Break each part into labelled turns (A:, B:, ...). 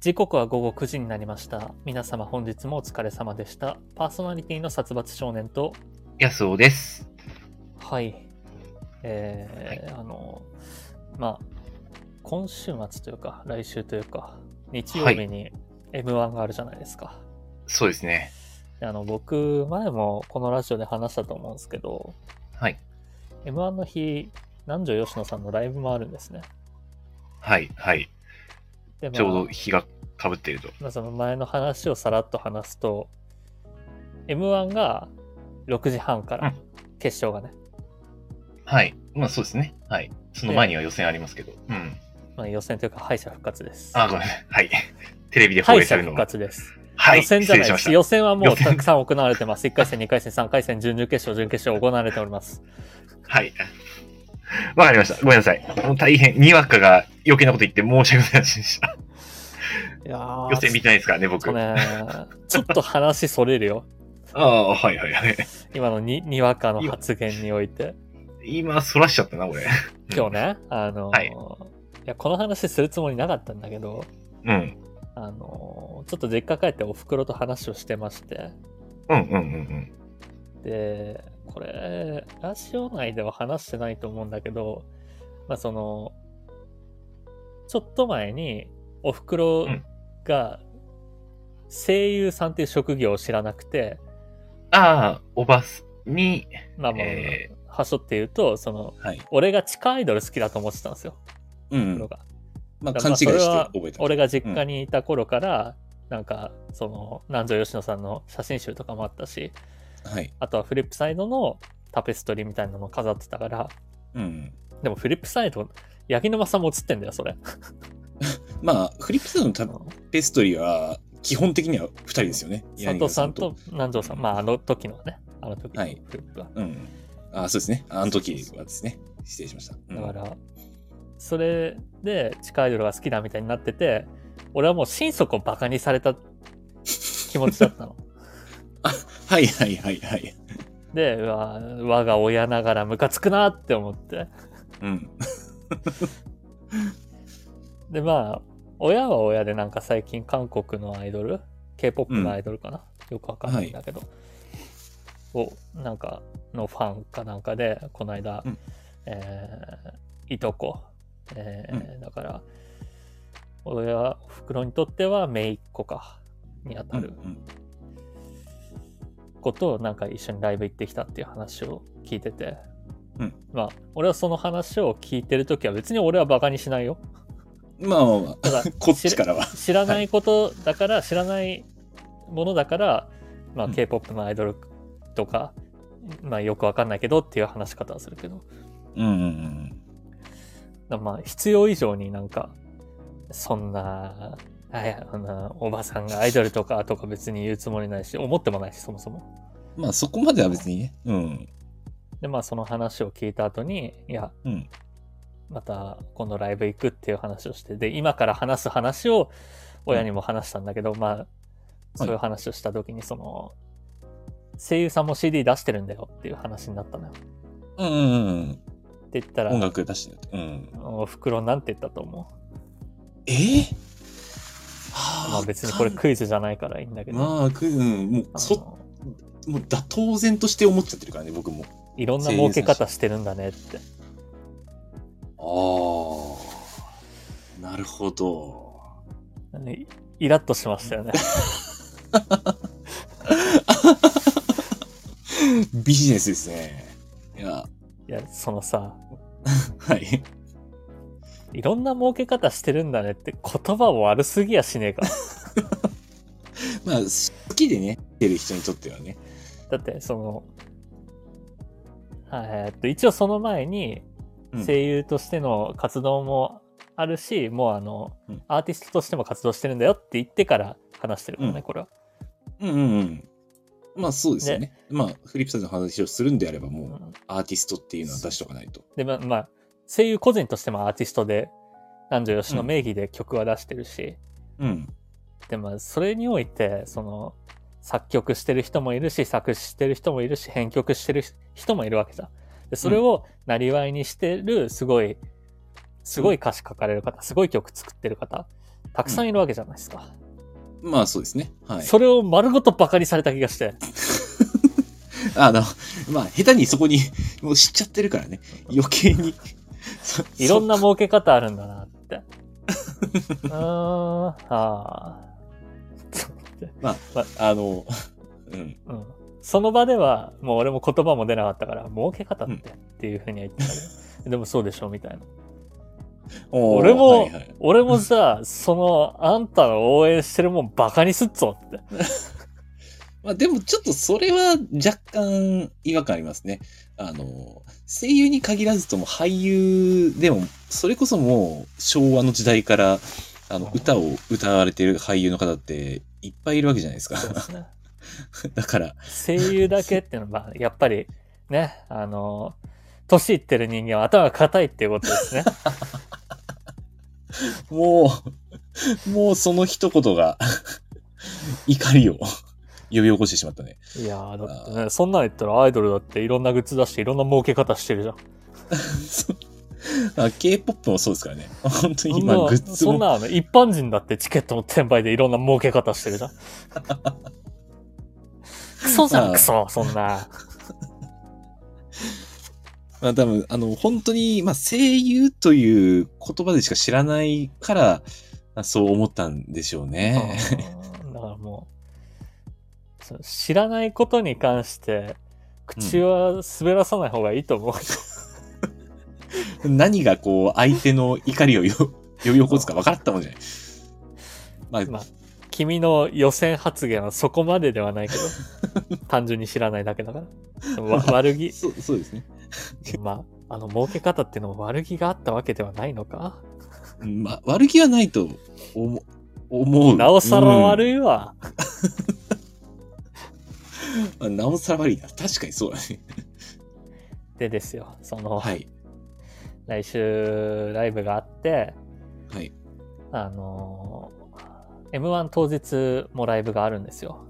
A: 時刻は午後9時になりました。皆様本日もお疲れ様でした。パーソナリティの殺伐少年と、
B: やすおです。
A: はい。えーあの、まあ、今週末というか、来週というか、日曜日に M1 があるじゃないですか。
B: そうですね。
A: であの、僕、前もこのラジオで話したと思うんですけど、
B: はい。
A: M1 の日、南條吉野さんのライブもあるんですね。
B: はい。はい。
A: でまあ
B: ちょうど日が被っていると。
A: まあ、その前の話をさらっと話すと m 1が6時半か
B: う
A: ら
B: ん
A: 決勝がね、
B: はい。まあそうですね。はい。その前には予選ありますけど。うん。
A: まあ、予選というか敗者復活です
B: あ、ごめんなさい。はい。テレビで放
A: 敗
B: 映さ
A: 者
B: れる
A: 復
B: のは。
A: 活です、
B: はい。
A: 予選じゃないです
B: 失礼しま
A: 予選はも
B: 予
A: う
B: 選
A: たくさん行われてます1回戦2回戦3回戦準々決勝準決勝行われております
B: した。はい。わかりました。ごめんなさい。もう大変、にわかが余計なこと言って申し訳ございませんでした。
A: いやー
B: 予選見てないですからね、僕。
A: ちょっと
B: あ
A: ねちょっと話それるよ
B: あ、はいはいはい。
A: 今のににわかの発言において
B: 今、そらしちゃったな、俺。
A: 今日ねあのー
B: はい
A: いやこの話するつもりなかったんだけど
B: うん。
A: あのーちょっと実家帰ってお袋と話をしてまして
B: うんうんうんうん。
A: でこれラジオ内では話してないと思うんだけどまあそのちょっと前におふくろ
B: うん
A: が声優さんっていう職業を知らなくて、
B: ああ、おばすに、
A: まあまあ、
B: え
A: はしょって言うとその
C: はい。
A: 俺が地下アイドル好きだと思ってたんですよ、
C: う
A: おふ
C: んう
A: くろ
C: ん。
A: が
C: まあ、
A: だ
C: 勘
A: から
C: 違
A: そ
C: いして
A: れは
C: 覚えて
A: 俺が実家にいた頃から、なんかその南條吉野さんの写真集とかもあったし
C: た。はい。
A: あとはフリップサイドのタペストリーみたいなのも飾ってたから、
C: うん。
A: でもフリップサイド、八木沼さんも写ってんだよ、それ。
C: まあ、フリップサイドのタペストリーは、基本的には2人ですよね。
A: 佐藤さんと南條さん、まああの時のね、あの時の
C: は
A: フ
C: い
A: リップは。
C: 柳田さんと。うん。あ、そうですね。あの時はですね。失礼しました。うん
A: だから、それで地下アイドルが好きだみたいになってて、俺はもう心底バカにされた気持ちだったの。
C: はいはいはいはい。
A: で、うわ、我が親ながらムカつくなって思って。
C: うん。
A: で、まあ、親は親でなんか最近韓国のアイドル、K-POP のアイドルかな、よくわかんないんだけど、を、なんか、のファンかなんかで、この間、
C: うん
A: えーいとこ、えーだから、親、袋にとっては姪っ子か、にあたる
C: うん
A: 子と、なんか一緒にライブ行ってきたっていう話を聞いてて、
C: うん
A: まあ、俺はその話を聞いてるときは別に俺はバカにしないよ。
C: うん。まあまあま
A: ただ
C: あ、こっちからは。
A: 知らないことだから、知らないものだから、まあ、
C: うん
A: K-POP のアイドルとか、まあ、よくわかんないけどっていう話し方はするけど、
C: うんうんうん。
A: だまあ、必要以上になんか、そんな、あいやあのおばさんがアイドルとかとか別に言うつもりないし、思ってもないし、そもそも。
C: まあ、そこまでは別にね。うん。
A: で、まあ、その話を聞いた後に、いや、
C: うん。
A: また今度ライブ行くっていう話をして、で、今から話す話を親にも話したんだけど、まあ、そういう話をした時に、その、声優さんも CD 出してるんだよっていう話になったのよ。っ
C: うんうんうん。
A: て言ったら、
C: 音楽出してる。うん。
A: お袋なんて言ったと思う。
C: えーは
A: まあ別にこれクイズじゃないからいいんだけど。
C: まあ、くうん、もう、
A: あ
C: そ、
A: の
C: もう、だ、当然として思っちゃってるからね、僕も。
A: いろんな儲け方してるんだねって。
C: ああ、なるほど。
A: いイラッとしました よね。
C: ビジネスですね。いや、
A: いや、そのさ、
C: はい。
A: いろんな儲け方してるんだねって言葉悪すぎやしねえか。
C: まあ、好きでね、見てる人にとってはね。
A: だってそのえーっと一応その前に
C: うん
A: 声優としての活動もあるし、もうあの、
C: うん
A: アーティストとしても活動してるんだよって言ってから話してるからね、
C: うん
A: これは、
C: うんうんうん。まあ、そうですよね。まあ、フリップさんの話をするんであれば、もう、アーティストっていうのは出しとかないと。
A: でままあ声優個人としてもアーティストで男女吉の名義で曲は出してるし、
C: うん。
A: でまあそれにおいてその作曲してる人もいるし作詞してる人もいるし編曲してる人もいるわけじゃん。でそれをなりわいにしてるすごいすごい歌詞書かれる方すごい曲作ってる方たくさんいるわけじゃないですか。
C: まあそうですね。はい。
A: それを丸ごとバカにされた気がして。
C: あの、まあ下手にそこにもう知っちゃってるからね。余計に そ。
A: いろんな
C: そ
A: 儲け方あるんだなって。うーん、はあ。
C: あの、うん。
A: うんその場では、もう俺も言葉も出なかったから、儲け方ってっていうふうには言ってたけど、でもそうでしょみたいな。
C: おー
A: 俺も、
C: はいはい
A: 俺もさ、その、あんたの応援してるもんバカにすっぞって。
C: まあでもちょっとそれは若干違和感ありますね。あの、声優に限らずとも俳優でも、それこそもう昭和の時代から、あの、歌を歌われてる俳優の方っていっぱいいるわけじゃないですか。
A: そうですね。
C: だから、
A: 声優だけっていうのは、まあやっぱり、ね、あの、年いってる人間は頭が硬いっていうことです ね。
C: もう、もうその一言が怒りを呼び起こしてしまったね。
A: いやー、だってね、そんなん言ったらアイドルだっていろんなグッズ出していろんな儲け方してるじゃん。
C: そうあ K-POP もそうですからね。本当に
A: そんな
C: 今グッズ
A: そん
C: も。
A: なあの一般人だってチケットの転売でいろんな儲け方して るじゃん。クソじゃ
C: ま
A: ん、
C: あ
A: クソ、そんな。
C: まあ多分、あの、本当に、まあ声優という言葉でしか知らないから、まあそう思ったんでしょうね。
A: うんだからもう、その知らないことに関して、口は滑らさない方がいいと思う。
C: 何がこう、相手の怒りをよ 呼び起こすか分からったもんじゃない。ま
A: ま
C: あ、
A: あ君の予選発言はそこまでではないけど、 単純に知らないだけだから。わ悪気、
C: そうそうですね。
A: まあ、あの、儲け方っていうのも悪気があったわけではないのか
C: うんまあ、悪気はないと思思う。
A: なおさら
C: い
A: 悪いわ。
C: あなおさら悪いな。確かにそうだね。
A: でですよ、その、
C: はい。
A: 来週ライブがあって、
C: はい。
A: あのー M1 当日もライブがあるんですよ。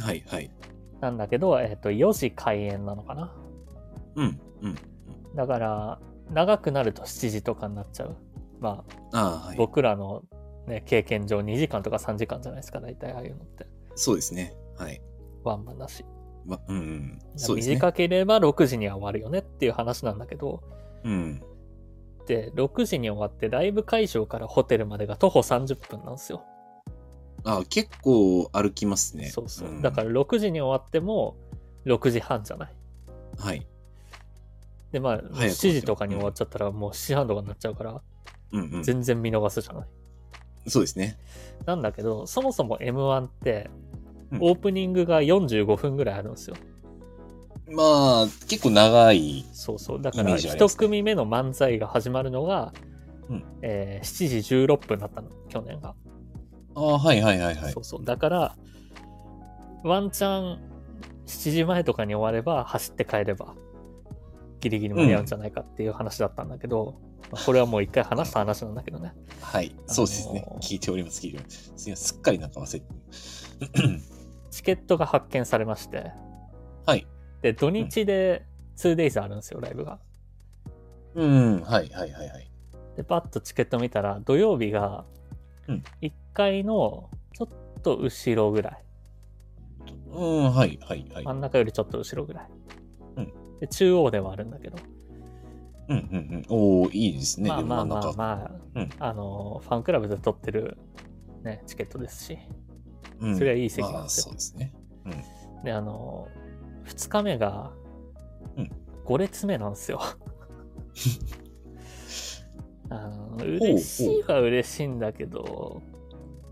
C: はい。はい。
A: なんだけど、えっ、と、4時開演なのかな。
C: うん。うん。
A: だから、長くなると7時とかになっちゃう。まあ、
C: ああ、はい。
A: 僕らの、ね、経験上2時間とか3時間じゃないですか、大体ああいうのって。
C: そうですね。はい。
A: ワンマンだし。
C: ま、うん、うん。そうですね。
A: 短ければ6時には終わるよねっていう話なんだけど、
C: うん。
A: で、6時に終わってライブ会場からホテルまでが徒歩30分なんですよ。
C: ああ、結構歩きますね。
A: そうそう。
C: ん
A: だから6時に終わっても6時半じゃない。
C: はい。
A: で、まあ、
C: く終わっちゃう
A: 7時とかに終わっちゃったらもう7時半とかになっちゃうから、
C: うん、うん。
A: 全然見逃すじゃない。
C: そうですね。
A: なんだけど、そもそも M1 って
C: うん、
A: オープニングが45分ぐらいあるんですよ。
C: まあ、結構長い。
A: そうそう。だか
C: イ
A: ら、
C: メージありま
A: 一
C: すね
A: 組目の漫才が始まるのが、
C: うん
A: えー7時16分だったの、去年が。
C: ああ、はいはいはいはい
A: そ。うそう。だから、ワンチャン7時前とかに終われば、走って帰れば、ギリギリ間に合うんじゃないかっていう話だったんだけど、まあこれはもう一回話した話なんだけどね。
C: はい。そうですね
A: あ。のー
C: 聞いております、聞いております。すいませんすっかりなんか忘れて。
A: チケットが発見されまして、
C: はい。
A: で、土日で 2days あるんですよ、ライブが。
C: うん。はいはいはいはい。
A: で、パッとチケット見たら、土曜日が
C: うん、
A: 1階のちょっと後ろぐらい、
C: うん、はいはいはい。
A: 真ん中よりちょっと後ろぐらい。
C: うん
A: で中央ではあるんだけど、
C: うんうんうん。おおいいですね。
A: まあ
C: でも
A: まあまあ
C: なんか
A: まあ、
C: うん
A: あの、ファンクラブで取ってる、ね、チケットですし、
C: うん
A: それはいい席なん
C: まあ
A: ですよ
C: そうですね。
A: で、あの、2日目が
C: うん、
A: 5列目なんですよ。 あの嬉しいは嬉しいんだけど、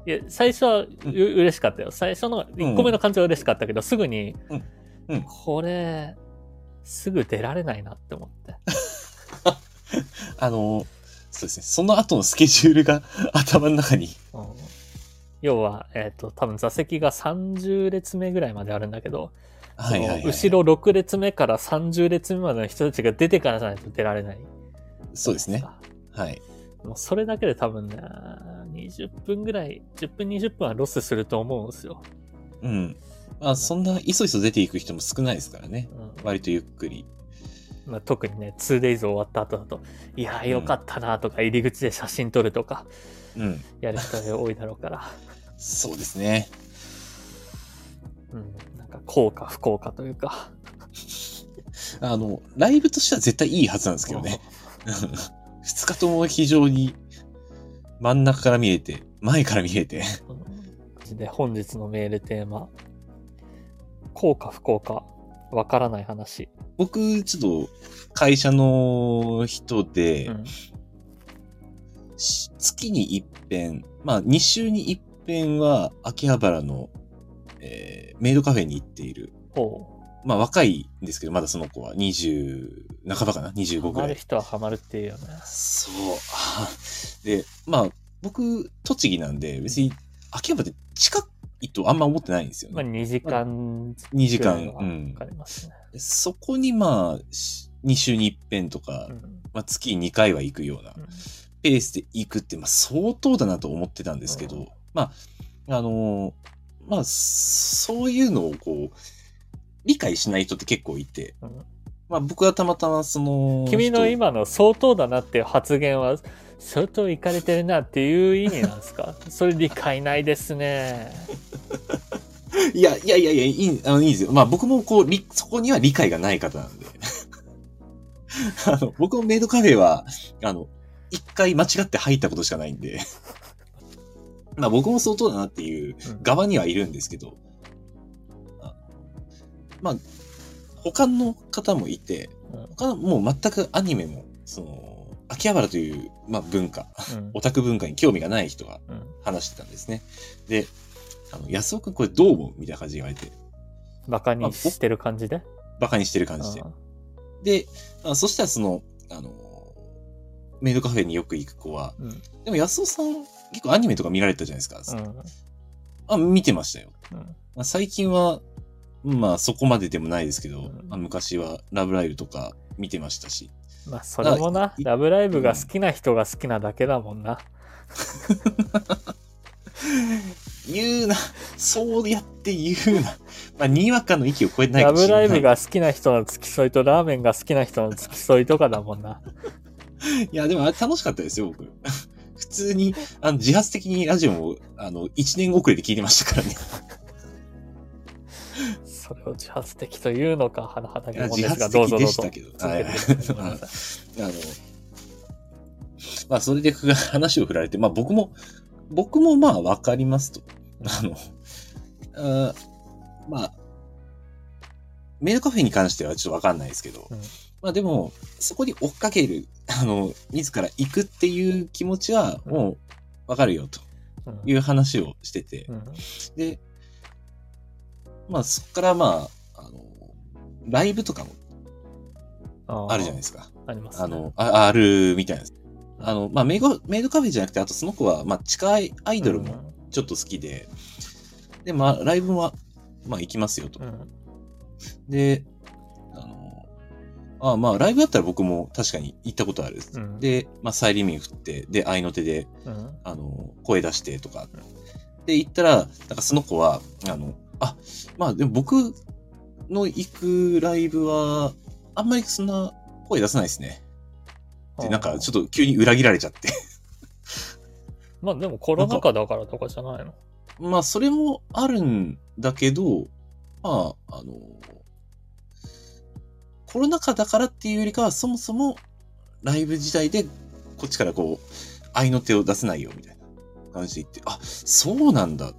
A: いや、最初はう、
C: うん
A: 嬉しかったよ。最初の1個目の感じは嬉しかったけど、すぐに、
C: うんうん
A: これ、すぐ出られないなって思って。
C: あの、そうですね。その後のスケジュールが 頭の中に。
A: うん要は、えっ、と、多分座席が30列目ぐらいまであるんだけど、
C: はいはい、はい。
A: その後ろ6列目から30列目までの人たちが出てからじゃないと出られない。
C: そうですね。。はい。
A: もうそれだけで多分ね、20分ぐらい、10分20分はロスすると思うんですよ。
C: うん。まあ、そんな、いそいそ出ていく人も少ないですからね。
A: うん
C: 割とゆっくり。
A: まあ、特にね 2days 終わった後だといやーよかったなとか入り口で写真撮るとか
C: うん。
A: やる人が多いだろうから、
C: そうですね。
A: うん、なんか幸か不幸かというか
C: あの、ライブとしては絶対いいはずなんですけどね。二日とも非常に真ん中から見えて、前から見えて。
A: うんで本日のメールテーマ幸か不幸かわからない話、
C: 僕、ちょっと、会社の人で、
A: うん
C: し月に一遍、まあ、2週に一遍は、秋葉原の、えーメイドカフェに行っている。
A: ほ
C: まあ、若いんですけど、まだその子は20、半ばかな
A: うハ
C: ?25 ぐ
A: マ
C: ら
A: る
C: い。
A: 人はハマるっていうよね
C: そう。あ で、まあ、僕、栃木なんで、別に、秋葉原って近いとあんま思ってないんですよ
A: まあ
C: ね。
A: 2時間
C: 2時
A: ぐらい
C: 間。
A: は
C: うん
A: か。かりますね、
C: そこに、まあ、2週に一遍とか、
A: うん
C: まあ、月2回は行くような
A: うん
C: ペースで行くって、まあ、相当だなと思ってたんですけど、
A: うん
C: まあ、あのーまあ、そういうのをこう、理解しない人って結構いて、
A: うん
C: まあ、僕はたまたまその人、
A: 君の今の相当だなっていう発言は相当いかれてるなっていう意味なんです かそれ理解ないですね
C: いや、いやいやいや、いい、あの、いいですよ。まあ僕もこう、りそこには理解がない方なんで。 あの、僕もメイドカフェは、あの、一回間違って入ったことしかないんで。まあ僕も相当だなっていう
A: うん
C: 側にはいるんですけど。あまあ、他の方もいて、
A: うん
C: 他の、もう全くアニメも、その、秋葉原という、まあ文化、
A: うん
C: オタク文化に興味がない人が
A: うん
C: 話してたんですね。で、あの、安尾くんこれどう思うみたいな感じで言われて、
A: バカにしてる感じで
C: バカにしてる感じで。で、あそしたらその、あの、メイドカフェによく行く子は、
A: うんうん
C: でも安尾さん結構アニメとか見られてたじゃないですか。
A: うん
C: あ、見てましたよ。
A: うん
C: まあ、最近は、まあそこまででもないですけど、
A: うん
C: まあ昔はラブライブとか見てましたし、
A: まあそれもな「
C: い
A: ラブライブ!」が好きな人が好きなだけだもんな
C: 言うな、そうやって言うな。まあ、にわかの域を超え
A: 「
C: てない
A: ラ
C: かも
A: ブ
C: しれな
A: ラ
C: い。
A: イブ!」が好きな人の付き添いとラーメンが好きな人の付き添いとかだもん な
C: いや、でもあれ楽しかったですよ、僕。 普通に、あの、自発的にラジオも、あの、1年遅れで聞いてましたからね。
A: それを自発的というのか甚だ
C: い
A: け
C: や
A: もん
C: 自
A: ですが
C: 発
A: どう
C: 的
A: ぞど
C: で
A: う
C: し
A: ぞ
C: たけど。
A: 続
C: はい。
A: け
C: あ
A: てごめんなさい
C: の、まあ、それでふ話を振られて、まあ、僕も、僕もまあ、わかりますと。あの、あーまあ、メイドカフェに関してはちょっとわかんないですけど、
A: うん
C: まあでも、そこに追っかける、あの、自ら行くっていう気持ちは、もう、わかるよ、と
A: うん
C: いう話をしてて、
A: うん
C: で、まあそこからまあ、あの、ライブとかも
A: あ
C: あるじゃない
A: い
C: ですか。
A: ありますね
C: あの、ああるみたいな。あの、まあメイドメイドカフェじゃなくて、あとその子は、まあ地下アイドルもちょっと好きで、で、まあライブは、まあ行きますよと
A: う。ん
C: で、あの、あまあライブだったら僕も確かに行ったことある。
A: うん
C: で、まあサイリミン振って、で、合いの手で
A: うん
C: あの、声出してとか。で、言ったら、なんかその子は、あの、あ、まあでも僕の行くライブは、あんまりそんな声出さないですね。で、なんかちょっと急に裏切られちゃって。
A: まあでもコロナ禍だからとかじゃないの
C: まあそれもあるんだけど、まあ、あの、コロナ禍だからっていうよりかは、そもそもライブ自体でこっちからこう、愛の手を出せないよみたいな感じで言って、あ、そうなんだ。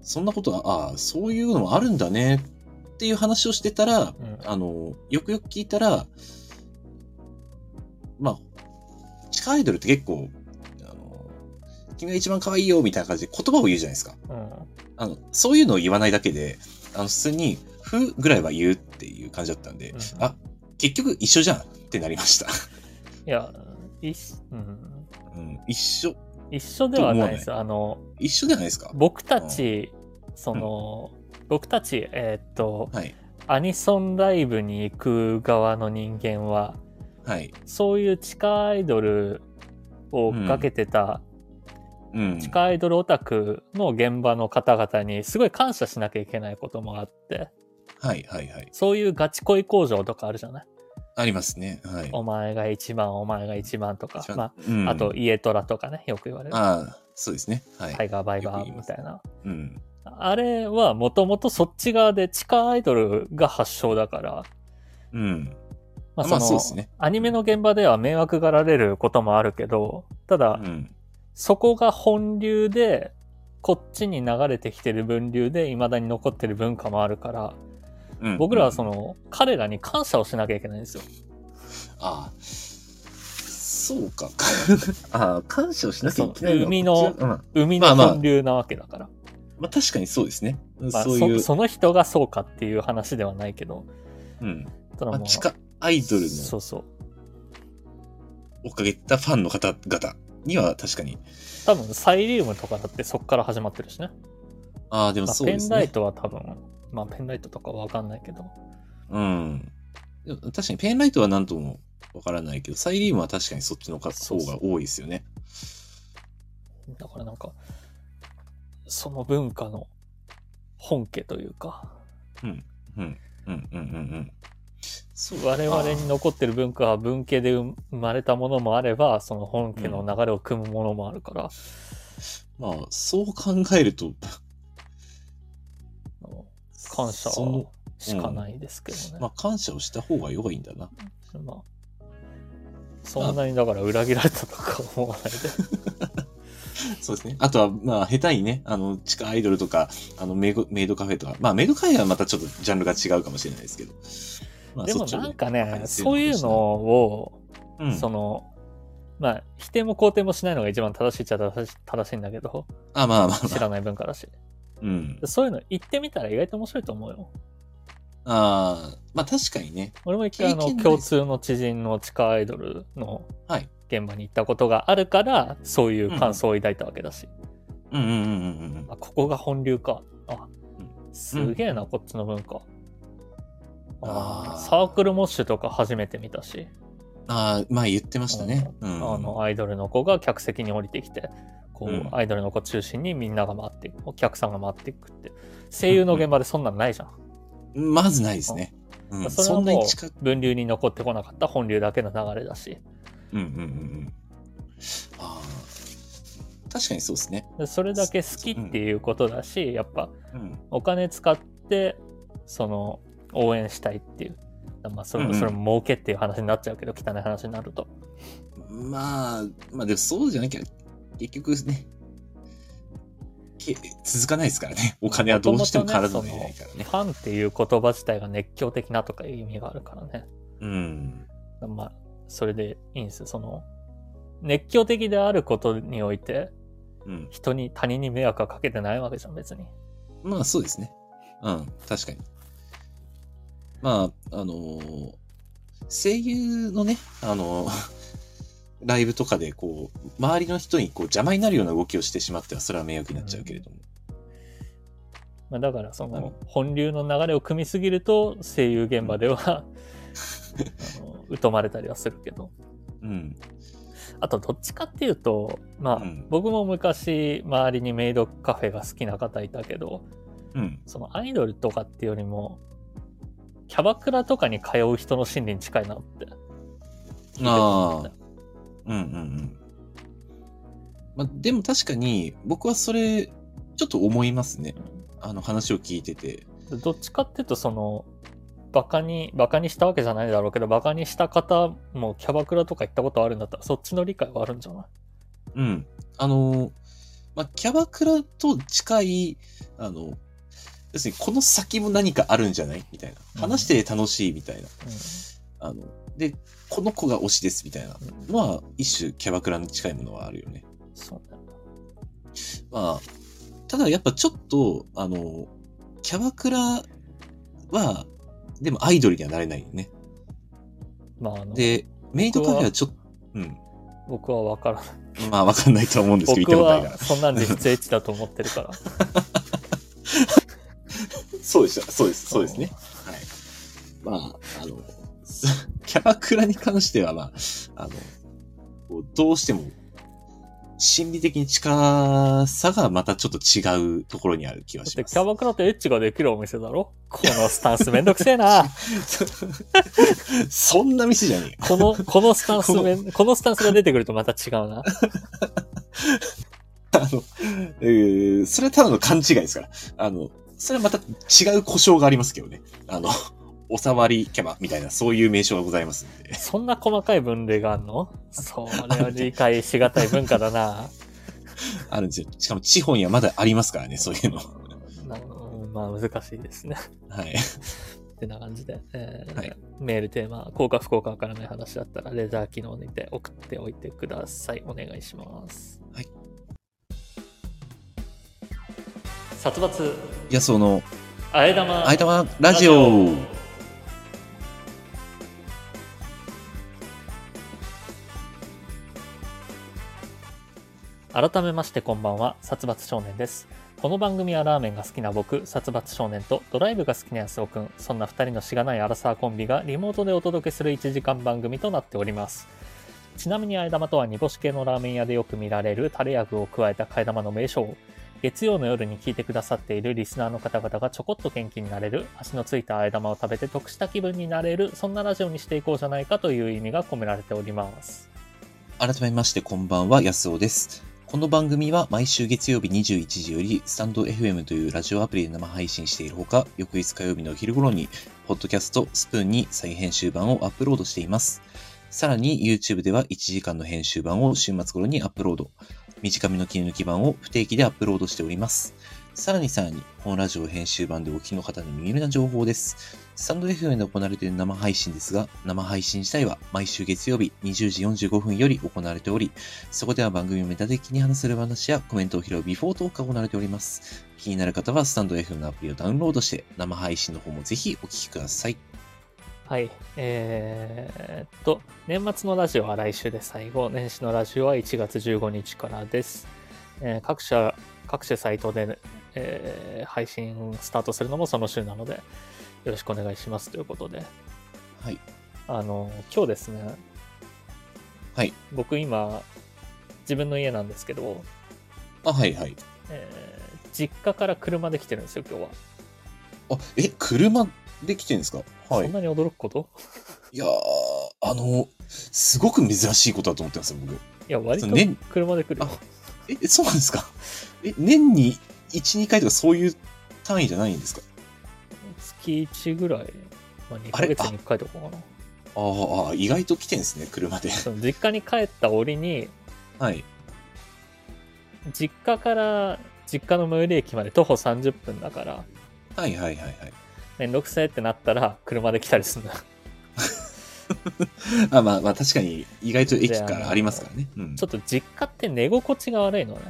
C: そんなことは、ああ、そういうのもあるんだねっていう話をしてたら、
A: うん
C: あの、よくよく聞いたら、まあ、地下アイドルって結構、あの、君が一番可愛いよみたいな感じで言葉を言うじゃないですか。
A: うん
C: あの、そういうのを言わないだけで、あの、普通に、ふぐらいは言うっていう感じだったんで、
A: うん
C: あ、結局一緒じゃんってなりました。
A: いやいしうん
C: うん、一緒、
A: 一緒ではないですあの
C: 一緒じゃないですか。
A: 僕たちその僕たちえーっと
C: はい、
A: アニソンライブに行く側の人間は
C: はい、
A: そういう地下アイドルを追っかけてた
C: うん。
A: 地下アイドルオタクの現場の方々にすごい感謝しなきゃいけないこともあって
C: はい、はい、はい。
A: そういうガチ恋工場とかあるじゃない
C: ありますね。はい。
A: お前が一番、お前が一番とか
C: 一、番
A: ま
C: うん
A: あ、あと、、家虎とかね、よく言われる。
C: ああ、そうですね。はい。
A: タイガーバイバ
C: よく
A: ー
C: 言い
A: み
C: ま
A: た
C: す
A: いな。
C: うん。
A: あれはもともとそっち側で地下アイドルが発祥だから、
C: うん。
A: まあ
C: まあ
A: その、
C: そうですね
A: アニメの現場では迷惑がられることもあるけど、た
C: う
A: だ、
C: ん。
A: そこが本流で、こっちに流れてきてる分流で未だに残ってる文化もあるから、
C: うん
A: 僕らはそ
C: の、
A: の、彼らに感謝をしなきゃいけないんですよ。
C: ああ、そうか。ああ、感謝をしなきゃいけない
A: そう海の
C: こっちはうん
A: 海
C: ま
A: の
C: あまあ
A: 本流なわけだから。
C: まあ確かにそうですね。
A: まあ
C: そういう、
A: そその人がそうかっていう話ではないけど、
C: うん。
A: ただ
C: まあ
A: もう、
C: 地下アイドル
A: そ
C: の
A: うそう。
C: おかげだファンの方々には確かに。
A: 多分、サイリウムとかだってそっから始まってるしね。
C: ああ、でも
A: まあ
C: そう
A: ペ
C: で
A: ン
C: す
A: ラ
C: ね
A: イ。トは多分、まあペンライトとかわかんないけど、
C: うん。でも確かにペンライトは何ともわからないけど、サイリウムは確かにそっちの方
A: そうそう
C: が多いですよね。
A: だからなんか、その文化の本家というか、
C: うん。うんうんうんうん。そう
A: 我々に残ってる文化は文系で生まれたものもあれば、その本家の流れを組むものもあるから、
C: まあ、そう考えると、
A: あの感謝
C: その
A: しかないですけどね。
C: まあ、感謝をした方が良いんだな。
A: まあそんなにだから裏切られたとか思わないで。
C: そうですね。あとは、まあ、下手にね、あの、地下アイドルとか、あのメイド、メイドカフェとか、まあ、メイドカフェはまたちょっとジャンルが違うかもしれないですけど。まあ、
A: で
C: そ
A: も
C: っちを
A: なん
C: ね
A: か
C: は
A: ね、
C: い
A: そういうのを、
C: うん、
A: その、まあ、否定も肯定もしないのが一番正しいっちゃ正し正しいんだけど、
C: あ、まあまあま
A: 知
C: あ。
A: らない文化だし。
C: うん。
A: そういうの言ってみたら意外と面白いと思うよ。
C: ああ、まあ確かにね。
A: 俺も一回あ
C: 経
A: の
C: 験ない
A: 共通の知人の地下アイドルの
C: はい
A: 現場に行ったことがあるから、そういう感想を抱いたわけだし、
C: うんうんうんうんうんうん。
A: あここが本流か。あ
C: うん
A: すげえな、こっちの文化。あ
C: あー
A: サークルモッシュとか初めて見たし、
C: ああ、まあ言ってましたね。うん。
A: あのアイドルの子が客席に降りてきて、こう、
C: うん
A: アイドルの子中心にみんなが回っていく、お客さんが回っていくって。声優の現場でそんなんないじゃん。
C: まずないですね。うん、
A: それ
C: そ
A: は
C: んなに
A: も
C: 近く。
A: う分流に残ってこなかった本流だけの流れだし。
C: うんうんうんうん。ああ、確かにそうですね。
A: でそれだけ好きっていうことだし、やっぱ
C: うん。
A: お金使ってその応援したいっていう、まあ、それ
C: う
A: も
C: んうん
A: それも儲けっていう話になっちゃうけど、汚い話になると
C: まあ、まあでもそうじゃなきゃ、結局ね、け続かないですからね。お金はどうしても体に入れないからね。
A: ファンっていう言葉自体が熱狂的なとかいう意味があるからね
C: うん。
A: まあそれでいいんですよその熱狂的であることにおいて
C: うん。
A: 人に他人に迷惑はかけてないわけじゃん別に
C: まあそうですね。うん、確かに。まあ、あのー声優のね、あのー ライブとかで、こう、周りの人にこう邪魔になるような動きをしてしまっては、それは迷惑になっちゃうけれども。
A: まあ、だからその
C: う
A: 本流の流れを組みすぎると声優現場で は、あの疎まれたりはするけど
C: うん。
A: あとどっちかっていうとまあ、
C: うん
A: 僕も昔周りにメイドカフェが好きな方いたけど
C: うん。
A: そのアイドルとかっていうよりもキャバクラとかに通う人の心理に近いなって
C: ああ。うんうんうん。まあ、でも確かに、僕はそれ、ちょっと思いますね。あの話を聞いてて。
A: どっちかっていうとそのバカにバカにしたわけじゃないだろうけどバカにした方もキャバクラとか行ったことあるんだったらそっちの理解はあるんじゃない
C: うん。あのー、まあ、キャバクラと近い、あの、要するにこの先も何かあるんじゃないみたい
A: うん
C: な。話して楽しいみたいな。
A: う
C: あの、で、この子が推しですみたいなんのは、一種キャバクラに近いものはあるよね。
A: そうだよな
C: まあ、ただやっぱちょっと、あの、キャバクラは、でもアイドルにはなれないよね。
A: まああの
C: で、メイドカフェはちょっと、うん。
A: 僕は分からない
C: まあ、わかんないとは思うんですけど、
A: 僕
C: 行ったことないか
A: はそんなんで実エッチだと思ってる から
C: ら。そうでした。そうです。そうですね。はい。まあ、あの、すキャバクラに関しては、まあ、あの、こうどうしても、心理的に近さがまたちょっと違うところにある気は
A: だっ
C: してま
A: キ
C: す
A: ャ。バクラってエッチができるお店だろこのスタンスめんどくせえ な。
C: そんな店じゃねえよ。
A: この、このスタンスめん、このスタンスが出てくるとまた違うな。
C: あの、えーそれはただの勘違いですから。あの、それはまた違う故障がありますけどね。あの、おさわりキャバみたいな、そういう名称がございますんで。
A: そんな細かい分類があんのそれは理解しがたい文化だな。
C: あるんですよ。しかも地方にはまだありますからね、そういうの。
A: なうんまあ難しいですね。
C: はい。
A: ってな感じで、えー
C: はい
A: メールテーマ、効果不効果わからない話だったら、レザー機能にて送っておいてください。お願いします。
C: はい。
A: 殺伐、
C: いや、その、
A: あえ玉。
C: あいたまラジオ
A: 改めましてこんばんは殺伐少年ですこの番組はラーメンが好きな僕殺伐少年とドライブが好きな安尾くんそんな2人のしがないアラサーコンビがリモートでお届けする1時間番組となっておりますちなみにあえ玉とは煮干し系のラーメン屋でよく見られるタレや具を加えた替え玉の名称月曜の夜に聞いてくださっているリスナーの方々がちょこっと元気になれる足のついたあえ玉を食べて得した気分になれるそんなラジオにしていこうじゃないかという意味が込められております
C: 改めましてこんばんは、安尾です。この番組は毎週月曜日21時より、スタンド FM というラジオアプリで生配信しているほか、翌日火曜日のお昼頃に、ポッドキャストスプーンに再編集版をアップロードしています。さらに YouTube では1時間の編集版を週末頃にアップロード。短めの切り抜き版を不定期でアップロードしております。さらにさらに、このラジオ編集版でお聞きの方に耳寄りな情報です。スタンド FM で行われている生配信ですが、生配信自体は毎週月曜日20時45分より行われており、そこでは番組をメタ的に話せる話やコメントを拾うビフォートークが行われております。気になる方はスタンド FM のアプリをダウンロードして、生配信の方もぜひお聞きください。
A: はい。えーっと、年末のラジオは来週で最後、年始のラジオは1月15日からです。えー各社、各社サイトで、えー配信スタートするのもその週なので、よろしくお願いしますということで、
C: はい。
A: あの、今日ですね、
C: はい。
A: 僕今、自分の家なんですけど、
C: あ、はいはい。
A: えー実家から車で来てるんですよ、今日は。
C: あ、え、車で来てるんですかは
A: そん
C: い。
A: なに驚くこと
C: いやー、あの、すごく珍しいことだと思ってますよ、僕。
A: いや、割と
C: そうね
A: 車で来るよ。
C: あえ、そうなんですかえ、年に1、2回とかそういう単位じゃないんですか
A: 月1ぐらい、まあ、2
C: あ
A: ヶ
C: れ
A: 月に1回とかかな。
C: あーあー、意外と来てんですね、車で。
A: その実家に帰った折に、
C: はい。
A: 実家から実家の最寄り駅まで徒歩30分だから、
C: はいはいはいはい。
A: めんどくせえってなったら車で来たりするんだ。
C: あまあまあ確かに意外と駅からありますからね。うん
A: ちょっと実家って寝心地が悪いのね。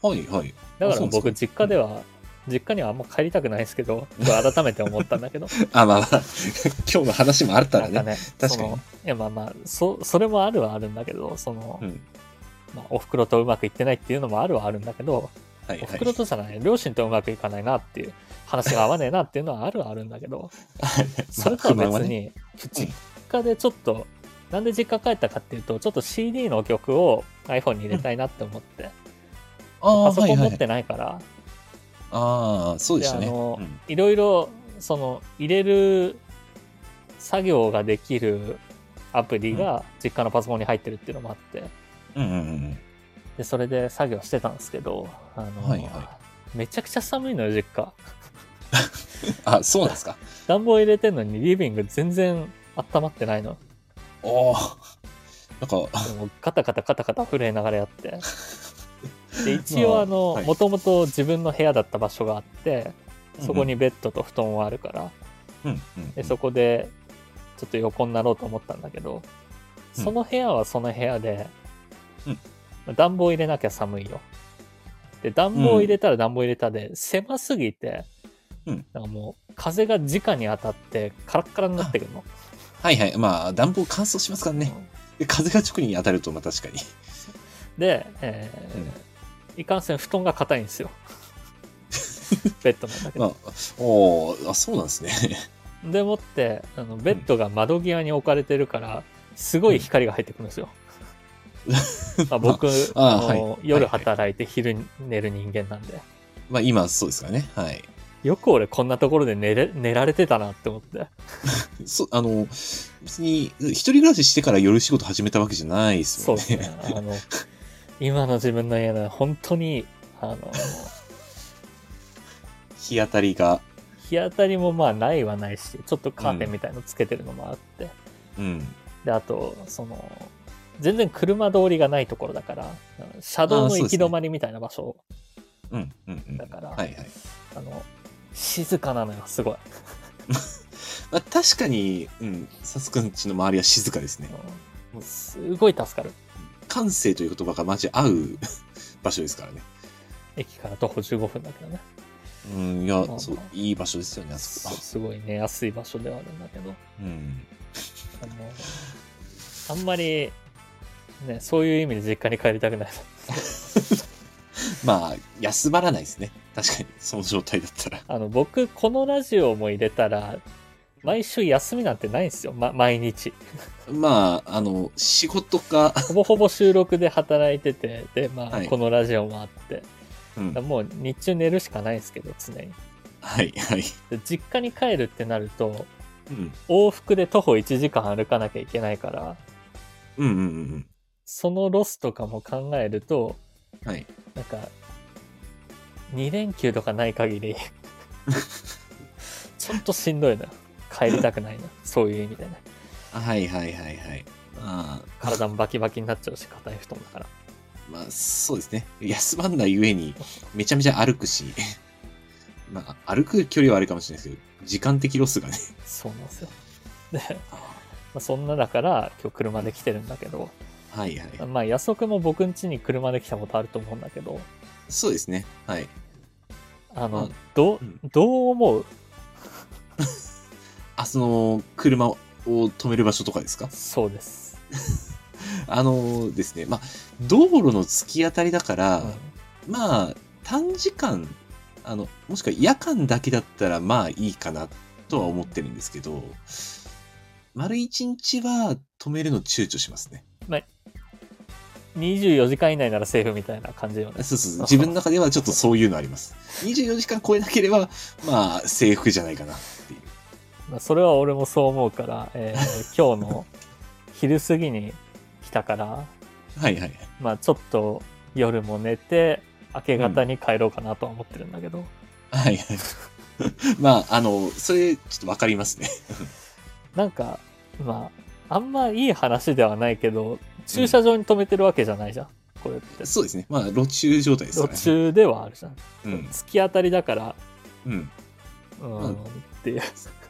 C: はいはい。
A: だか
C: あ
A: ら
C: そうですか
A: 僕実家では、実家にはあんま帰りたくないです けど、僕改めて思ったんだけど。
C: あまあまあ、 今日の話もあったら
A: なんか
C: ね。
A: ね、
C: 確かに
A: そのいやまあまあ、そ、それもあるはあるんだけど、その、
C: うん。
A: まあ、お袋とうまくいってないっていうのもあるはあるんだけど、
C: はい
A: お
C: はい。
A: 袋とじゃない、両親とうまくいかないなっていう、話が合わねえなっていうのはあるはあるんだけど、それとは
C: まあ不満
A: 別
C: はね
A: に、実家でちょっと、なんで実家帰ったかっていうと、ちょっと CD の曲を iPhone に入れたいなって思って、
C: ああ、
A: パソコ
C: はい
A: ン
C: は
A: 持っ
C: い。
A: てないから、
C: ああ、そうでしたね。
A: であの
C: うん
A: いろいろ、その、入れる作業ができるアプリが実家のパソコンに入ってるっていうのもあって、
C: うんうんうん。
A: で、それで作業してたんですけど、あの、
C: はいは
A: めちゃくちゃ寒いのよ、実家。
C: あ、そうなんで すか。
A: 暖房入れてんのにリビング全然温まってない の。
C: おあ。なんか、
A: もうカタカタカタカタ震えながらや って。で一応あの、
C: はい
A: もともと自分の部屋だった場所があって、そこ
C: うん
A: にベッドと布団はあるから、
C: うんうん。
A: でそこでちょっと横になろうと思ったんだけど、
C: うん
A: その部屋はその部屋で、
C: うん
A: まあ暖房入れなきゃ寒いよ。で、暖房入れたら暖房入れたで、狭すぎて、
C: うん
A: なんかもう風が直に当たってカラッカラになってくるの。
C: はいはい。まあ、暖房乾燥しますからね。で風が直に当たると、まあ確かに。
A: で、えー
C: うん
A: いかんせん布団が硬いん ですよベッドなんだけど、
C: まあ、おーあ、そうなんですね。
A: でもってあのベッドが窓際に置かれてるからすごい光が入ってくるんですよ、まあ、 僕
C: あ
A: あ
C: あ
A: の
C: はい
A: 夜働いて昼寝る人間なんで、
C: まあ今そうですからね。はい。
A: よく俺こんなところで寝れ寝られてたなって思って。
C: そあの、別に、一人暮らししてから夜仕事始めたわけじゃないです
A: そ
C: も
A: うんで
C: ね。
A: すね。あの、今の自分の家の本当に、あの、
C: 日当たりが。
A: 日当たりもまあないはないし、ちょっとカーテンみたいのつけてるのもあって。
C: うん。
A: で、あと、その、全然車通りがないところだから、車道
C: あー
A: の
C: そう
A: 行
C: で
A: き
C: すね
A: 止まりみたいな場所
C: うん。うん。うん。
A: だから、
C: はいはい。
A: あの、静かなのよ、すごい。
C: まあ、確かに、うん、サスくんちの周りは静かですね。
A: もうすごい助かる。
C: 感性という言葉がマジ合う 場所ですからね。
A: 駅から徒歩15分だけどね。
C: うん、いや
A: まあ、
C: そう、いい場所ですよね、あそ
A: そう
C: こ。
A: すごい寝やすい場所ではあるんだけど。
C: うん。
A: あの、あんまり、ね、そういう意味で実家に帰りたくない。
C: まあ、休まらないですね。確かに、その状態だったら。
A: あの、僕、このラジオも入れたら、毎週休みなんてないんですよ、ま、毎日。
C: まあ、あの、仕事か、
A: ほぼほぼ収録で働いてて、で、まあ、
C: はい
A: このラジオもあって、だか
C: うん
A: ら、もう日中寝るしかないんですけど、常に。
C: はい、はい。
A: で実家に帰るってなると、
C: うん、
A: 往復で徒歩1時間歩かなきゃいけないから、
C: うん、うん、うん
A: そのロスとかも考えると、
C: うん。はい。
A: なんか、2連休とかない限 り、ちょっとしんどいな。帰りたくないな。そういう意味でね。
C: はい、はい、はい、はい。まあ、
A: 体もバキバキになっちゃうし、硬い布団だから。
C: まあ、そうですね。休まんないゆえに、めちゃめちゃ歩くし、 まあ、歩く距離はあれかもしれないですけど、時間的ロスがね。
A: そうなんですよ。で、まあ、そんなだから、今日車で来てるんだけど、
C: はい、はい。
A: まあ、安岡も僕ん家に車で来たことあると思うんだけど、
C: そうですね。はい。
A: あの、
C: うん
A: ど
C: うん
A: う、どう思う
C: あ、その、車を止める場所とかですか
A: そうです。
C: あのですね、まあ、道路の突き当たりだから、
A: う
C: まあ、短時間、あの、もしくは夜間だけだったら、まあいいかなとは思ってるんですけど、丸一日は止めるの躊躇しますね。
A: ん24時間以内ならセーフみたいな感じよね。
C: そうそうそう、自分の中ではちょっとそういうのあります。24時間超えなければ、まあ、制服じゃないかなっていう。
A: まあそれは俺もそう思うから、 えー今日の昼過ぎに来たから、
C: はいはいはい。
A: まあ、ちょっと夜も寝て明け方に帰ろうかなとは思ってるんだけど、
C: はいはい。 まあ、あの、それ、ちょっとわかりますね。
A: なんかまああんまいい話ではないけど駐車場に止めてるわけじゃないじゃん、これって
C: そうですね。まあ、路中状態です
A: 途
C: からね。
A: 中ではあるじゃん、
C: うん。
A: 突き当たりだから
C: うん。
A: うん、
C: うん
A: っていう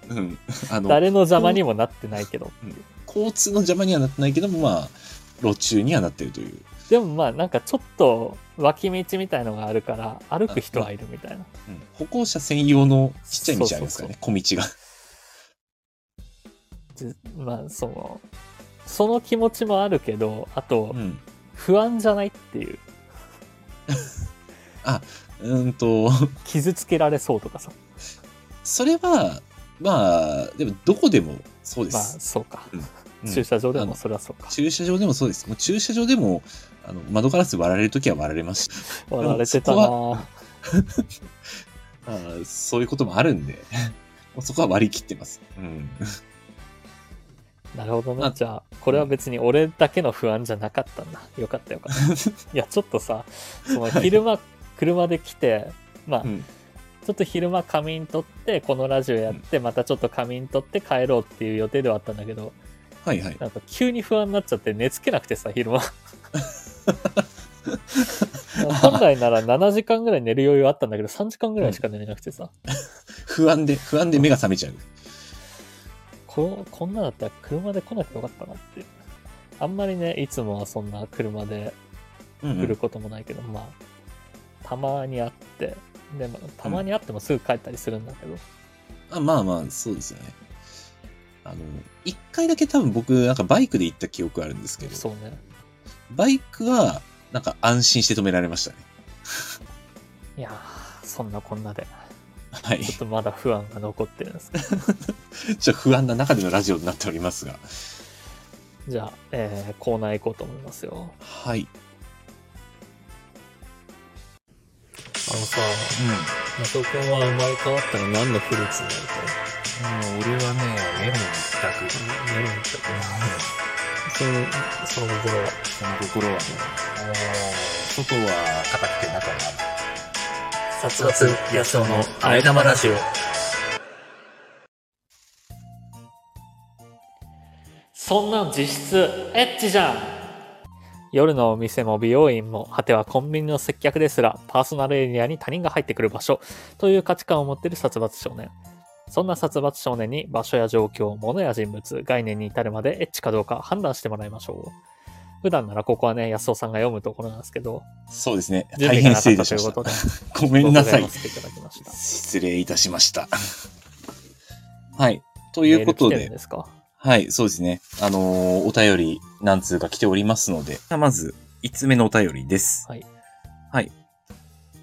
C: うん。あの、
A: 誰の邪魔にもなってないけど、
C: うん交通の邪魔にはなってないけども、まあ、路中にはなってるという。
A: でもまあなんかちょっと脇道みたいのがあるから歩く人はいるみたいな、
C: うん歩行者専用のちっちゃい道ありますからね、小道が。
A: ずまあそのその気持ちもあるけどあと
C: うん。
A: 不安じゃないっていう
C: うーんと、
A: 傷つけられそうとかさ
C: それは、まあ、でも、どこでもそうで
A: まあ
C: す。
A: そうか、
C: うん
A: 駐車場で
C: あ
A: も
C: の
A: それはそうか、
C: 駐車場でもそうです。もう駐車場でも、あの窓ガラス割られるときは割られますし、
A: 割られてたな
C: で
A: ぁ
C: あーそういうこともあるんで、 もうそこは割り切ってます。うん。
A: なるほど
C: ま
A: ね
C: あ
A: じゃあこれは別に俺だけの不安じゃなかったんだよかったよかった いやちょっとさその
C: はい
A: 昼間車で来てまあ、
C: うん
A: ちょっと昼間仮眠取ってこのラジオやってまたちょっと仮眠取って帰ろうっていう予定ではあったんだけど
C: はいはい。
A: なんか急に不安になっちゃって寝つけなくてさ昼 間本来なら7時間ぐらい寝る余裕あったんだけど3時間ぐらいしか寝れなくてさ、
C: 不安で、不安で目が覚めちゃう。
A: ここんなだったら車で来なきゃよかったなっていうあんまりねいつもはそんな車で
C: うんう
A: 来る
C: ん、
A: こともないけど、まあたまにあってでまあたまにあってもすぐ帰ったりするんだけど、
C: あまあまあ、そうですよね。あの、一回だけ多分僕、なんかバイクで行った記憶あるんですけど、
A: そうね
C: バイクは、なんか安心して止められましたね。
A: いやーそんなこんなで
C: はい。
A: ちょっとまだ不安が残ってるんですけど
C: ちょっと不安な中でのラジオになっておりますが。
A: じゃあ、えーコーナー行こうと思いますよ。
C: はい。
A: あのさ、
B: うん。うん、
A: マサオ君は生まれ変わったら何のフルーツになる
B: 俺はね、メロン一択。
A: かメロンだっけその、その心は。
B: その心はね、外は硬くて中は
A: 殺伐安尾のあえ玉ラジオ。そんなん実質エッチじゃん夜のお店も美容院も果てはコンビニの接客ですらパーソナルエリアに他人が入ってくる場所という価値観を持っている殺伐少年そんな殺伐少年に場所や状況物や人物概念に至るまでエッチかどうか判断してもらいましょう普段ならここはね安尾さんが読むところなんですけど
C: そうですね。
A: 準
C: 大
A: 備が
C: 変
A: な
C: 失
A: かったということ
C: 礼いたしました。
A: で
C: ごめんなさい
A: ご。ざますいただきました
C: 失礼いたしました。はい。ということ
A: メール来てる
C: で
A: ん、ですか
C: はい、そうですね。あのーお便り何通か来ておりますので、まず、5つ目のお便りです。
A: はい。
C: はい。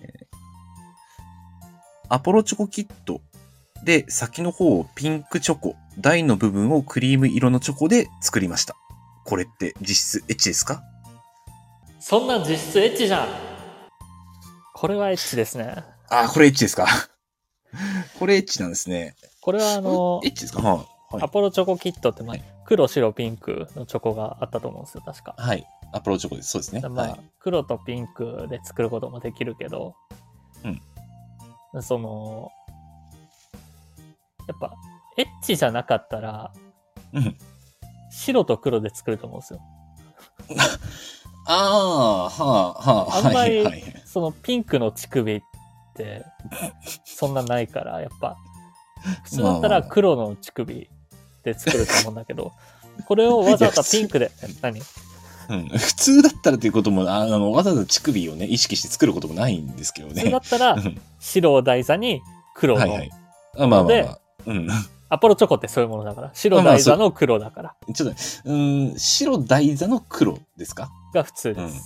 C: えーアポロチョコキットで先の方をピンクチョコ、台の部分をクリーム色のチョコで作りました。これって実質エッチですか
A: そんなん実質エッチじゃんこれはエッチですね。
C: あー、これエッチですか これエッチなんですね。
A: これはあの
C: これエ、ッチですかはい。は
A: ア
C: い。
A: ポロチョコキットって、まあ
C: はい
A: 黒、白、ピンクのチョコがあったと思うんですよ、確か。
C: はい、アポロチョコです。そうですね。
A: まあ、
C: はい。
A: 黒とピンクで作ることもできるけど、その、やっぱ、エッチじゃなかったら、
C: うん。
A: 白と黒で作ると思うんですよ。
C: ああ、はあ、はあ、
A: あんま
C: は
A: り
C: い、はい。
A: そのピンクの乳首って、そんなないから、やっぱ、普通だったら黒の乳首で作ると思うんだけど、これをわざわざピンク で、え何
C: うん普通だったらということも、ああの、わざわざ乳首をね、意識して作ることもないんですけど
A: 普通だ
C: ね。
A: ったら
C: うん
A: 白を台座に黒の、
C: はいはい。あまあまあま
A: で
C: あ。うん。
A: アポロチョコってそういうものだから、白台座の黒だから、
C: ちょっと、うん、白台座の黒ですか
A: が普通です。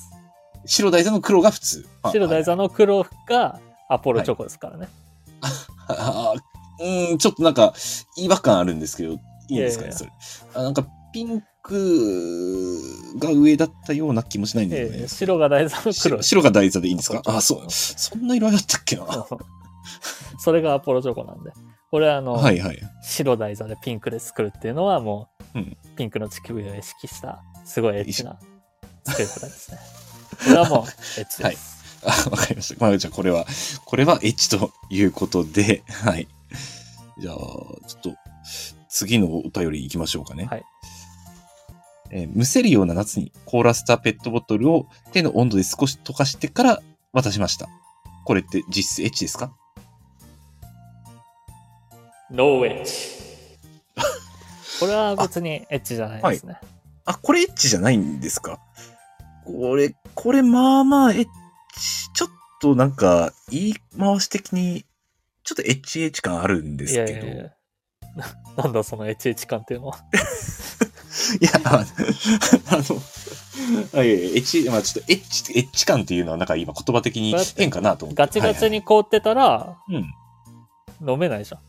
C: 白台座の黒が普通。あ
A: 白台座の黒がアポロチョコですからね。
C: ああうん、ちょっとなんか、違和感あるんですけど、いいんですか
A: い
C: ね、
A: やい
C: それ。あなんか、ピンクが上だったような気もしないんだよ
A: え
C: ね
A: ー。白が台座の黒
C: 白白が台座でいいんですかあ、
A: そ
C: そうう。そんな色合いだったっけな。は
A: うんそれがアポロチョコなんで。これはあの、
C: いはい。
A: 白台座でピンクで作るっていうのはもう、
C: うん
A: ピンクの乳首を意識したすごいエッチな作り方ですね。これはもうエッチです。
C: あ、わかりました。まあ、じゃあこれは、これはエッチということで、はい。じゃあ、ちょっと、次のお便り行きましょうかね。
A: はい
C: えーむせるような夏に凍らせたペットボトルを手の温度で少し溶かしてから渡しました。これって実質エッチですか
A: ノーエッチ。これは別にエッチじゃないですね。
C: あ、これエッチじゃないんですかこれ、これまあまあエッチ、ちょっとなんか、言い回し的に、ちょっとエッチエッチ感あるんで
A: い、やいやいや。 ななんだそのエッチエッチ感っていうのは。
C: いや、 あ の、あいやいやエッチ、まあちょっとエッチ、エッチ感っていうのはなんか今言葉的に変かなと思って。
A: ガチガチ
C: に。
A: に凍ってたら
C: うん。
A: 飲めないじゃん。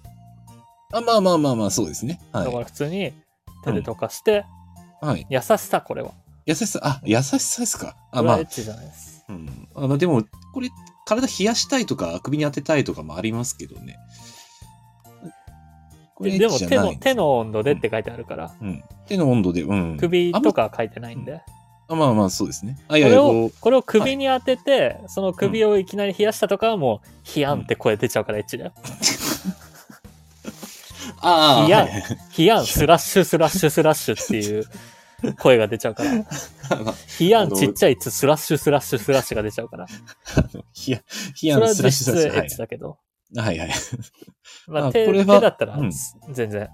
C: あ、まあまあまあまあ、そうですね。は
A: だか
C: い。
A: ら普通に手で溶かして、
C: はい。
A: 優しさこれは。
C: 優しさ、あ、優しさですか。
A: こ
C: あ、
A: れ
C: ま
A: は
C: あ
A: エッ、チじゃないです。
C: うん。あまあでも、これ、体冷やしたいとか、首に当てたいとかもありますけどね。これ
A: でも
C: エッチ
A: 手
C: じゃな
A: の
C: い
A: 手の温度でって書いてあるから、
C: うん。手の温度で、うん。
A: 首とかは書いてないんで。
C: あ。まあまあ、そうですね。あ、い
A: こ
C: やい
A: れ
C: や、
A: を
C: こ
A: これを首に当てて、その首をいきなり冷やしたとかはもう、ヒヤンって声出ちゃうからエッチだよ。
C: うああ、
A: いや
C: はい
A: ヒヤン、スラッシュ、スラッシュ、スラッシュって いう声が出ちゃうから。
C: まあ
A: ヒヤンちっちゃいつ、スラッシュ、スラッシュ、スラッシュが出ちゃうから。そ
C: あの冷や、冷
A: れ
C: やの
A: は
C: スラッ
A: 実
C: シ
A: 質
C: ュスラッシ
A: エ
C: ュは
A: ッ
C: い
A: チだけど。
C: はいはい。
A: まあ、
C: あ
A: 手
C: これ
A: 手
C: は
A: だったら
C: うん、
A: 全然、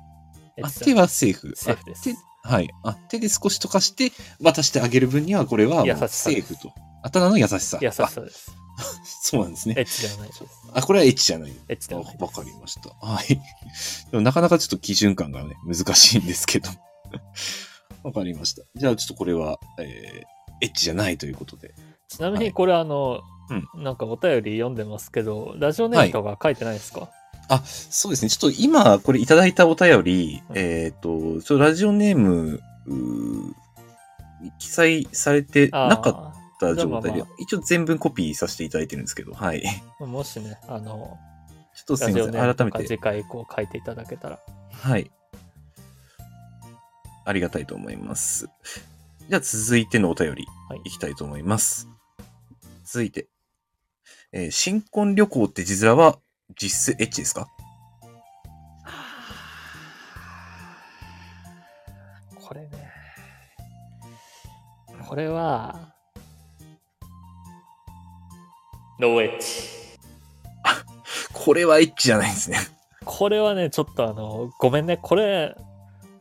A: エッ
C: あ
A: チだ
C: 手はセーフ。
A: セーフです
C: あ手はい。あ、手で少し溶かして渡してあげる分には、これはもう
A: 優しさです
C: セーフと。頭の優しさ。
A: 優し
C: あ
A: さです。
C: そうなんです
A: エ
C: ね。
A: ッチではないです。
C: あ、これはエッチじゃない。
A: エッチ
C: あ
A: ではないです。
C: わかりました。はい。 でもなかなかちょっと基準感がね、難しいんですけど。 わかりました。じゃあちょっとこれは、えー、エッチじゃないということで。
A: ちなみ
C: は
A: に
C: い
A: これあの、
C: うん
A: なんかお便り読んでますけど、ラジオネームとか書いてないですか、
C: そうですね。ちょっと今、これいただいたお便り
A: う、ん
C: えっ、と、ちょっとラジオネーム、うー記載されて
A: あー
C: なかった状態
A: じ
C: で
A: ゃあまあ、
C: 一応全文コピーさせていただいてるんですけど、はい。ち
A: まあ
C: ょ
A: もしね、あの、
C: っとす
A: ラ
C: み
A: ジ
C: ま
A: オ
C: せん、
A: ネーム
C: 改
A: と
C: め
A: か
C: て
A: 次。回以降書いていただけたら。
C: はい。ありがたいと思います。じゃあ続いてのお便り、
A: はい
C: い、きたいと思います。続いて、えー新婚旅行って字面は実質エッチですか
A: これね。これは、ノーエッジ。
C: これはエッチじゃないですね。
A: これはね、ちょっとあの、ごめんね、これ、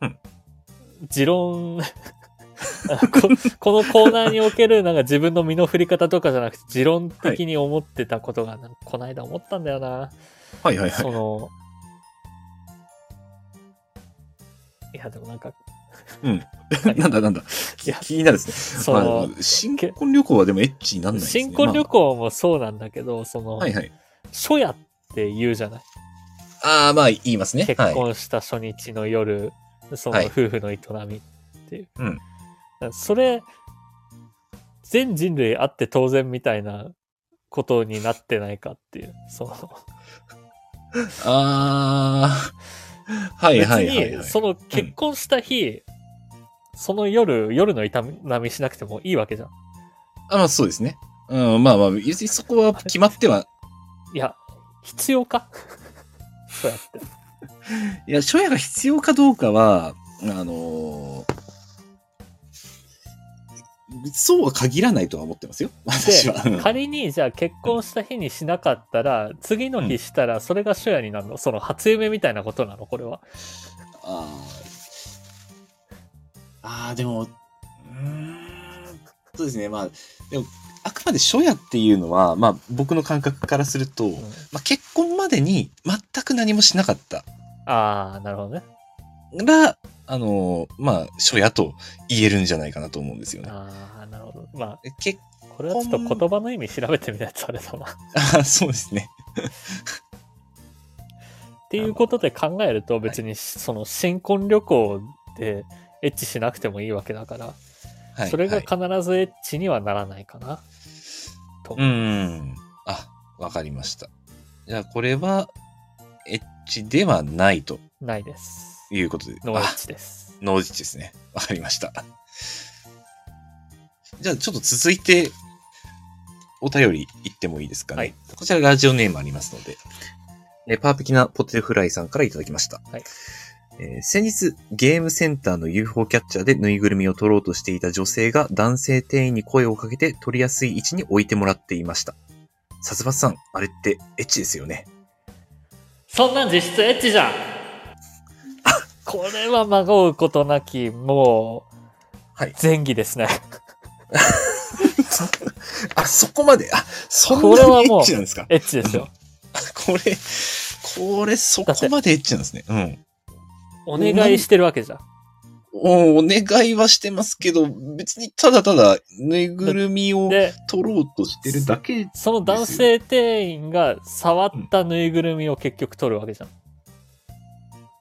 C: うん
A: 持論 あこ、このコーナーにおける、なんか自分の身の振り方とかじゃなくて、持論的に思ってたことが、なんかこの間思ったんだよな。
C: はいはいはい。
A: その、いや、でもなんか、
C: なんだなんだ。
A: いや
C: 気になるですね。
A: その
C: まあ、新婚旅行はでもエッチになんないですね。
A: 新婚旅
C: ま
A: 行もそうなんだけど、その、
C: あはいはい。
A: 初夜って言うじゃない
C: ああ、まあ言いますね。
A: 結
C: はい。
A: 婚した初日の夜、その
C: はい
A: 夫婦の営みっていう。
B: うん
A: それ、全人類あって当然みたいなことになってないかっていう。その
C: ああ。はい
A: 別
C: はいはい、は
A: に、
C: い。
A: その結婚した日、その夜、夜の痛みしなくてもいいわけじゃん。
C: あまあそうですね。うん、まあまあ、別にそこは決まっては、
A: いや、必要か そうやって。
C: いや、初夜が必要かどうかは、あのーそうは限らないとは思ってますよ。私は。
A: で、仮にじゃあ結婚した日にしなかったら、次の日したらそれが初夜になるのその初夢みたいなことなのこれは。
C: あーあー、でも、うーん、そうですね。まあ、でも、あくまで初夜っていうのは、まあ、僕の感覚からすると、
A: うん
C: まあ、結婚までに全く何もしなかった
A: ああ、なるほどね。
C: ら、あのーまあ、初夜と言えるんじゃないかなと思うんですよね。
A: ああ、なるほど。まあ、
C: え結
A: これはちょっと言葉の意味調べてみないとあれだな。っ
C: あーそうですね。
A: ていうことで考えると、別にその新婚旅行でエッチしなくてもいいわけだから、
C: はい。
A: それが
C: はい
A: 必ずエッチにはならないかな。
C: うん。あ、わかりました。じゃあ、これは、エッチではないと
A: ないです。
C: いうことで。
A: ノーエ
C: あ
A: ッチです。
C: ノーエッチですね。わかりました。じゃあ、ちょっと続いて、お便り行ってもいいですかね。
A: はい
C: こちらラジオネームありますので。えーパーペキなポテトフライさんからいただきました。
A: はい
C: えー先日、ゲームセンターの UFO キャッチャーでぬいぐるみを取ろうとしていた女性が男性店員に声をかけて取りやすい位置に置いてもらっていました。殺伐さん、あれってエッチですよね。
A: そんなん実質エッチじゃん これはまごうことなき、もう、
C: はい
A: 前儀ですね。
C: あ、そこまで、あ、そん
A: これ
C: な
A: は
C: にエ
A: もう
C: ッチなんですか
A: エッチですよ。
C: これ、これ、そこまでエッチなんですね。う
A: お
C: ん。
A: 願いしてるわけじゃん。
C: おお願いはしてますけど、別にただただぬいぐるみを
A: で、
C: 取ろうとしてるだけ。
A: その男性店員が触ったぬいぐるみを結局取るわけじゃん。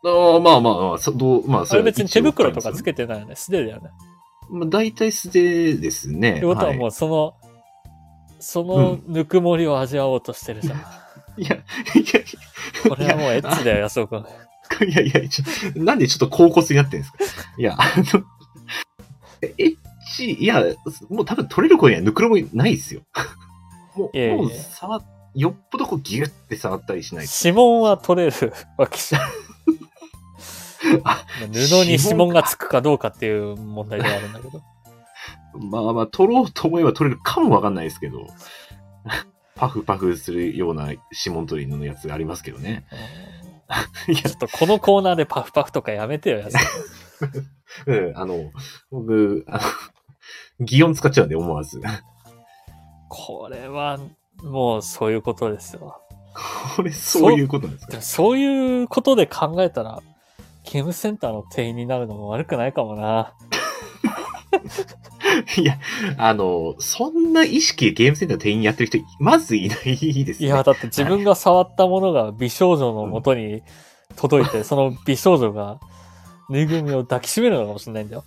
B: ああ、まあまあまあ、そどうまあ、
A: それ別に手袋とかつ
B: け
A: けてないよね。素手だよね。
B: まあ、大体素手ですね。
A: ってことはもうその、そのぬくもりを味わおうとしてるじゃん。
B: い、いや、いや、
A: これはもうエッチだよ、安尾くん。
B: いやいや、ちょなんでちょっと高骨になって るんですかいや、あの、えエッチ、いや、もう多分取れる声にはぬくろもないです よ。もう、
A: いやいや
B: もう触、よっぽどこうギュッて触ったりしないと。
A: 指紋は取れるわけじゃん。
B: あ
A: 布に指紋がつくかどうかっていう問題ではあるんだけど。
B: まあまあ、取ろうと思えば取れるかもわかんないですけ ど、パフパフするような指紋取りのやつがありますけどね。 いや
A: ちょっとこのコーナーでパフパフとかやめてよ、安尾
B: うん、あの、僕、あの、擬音使っちゃうんで思わず。
A: これは、もうそういうことですよ。
B: これ、そういうことなんです
A: で
B: か
A: もそういうことで考えたら、ゲームセンターの店員になるのも悪くないかもな。
B: いや、あの、そんな意識でゲームセンターの店員やってる人、まずいないです
A: い
B: ね。
A: や、だって自分が触ったものが美少女の元に届いて、その美少女がぬいぐるみを抱きしめるのかもしれないんだよ。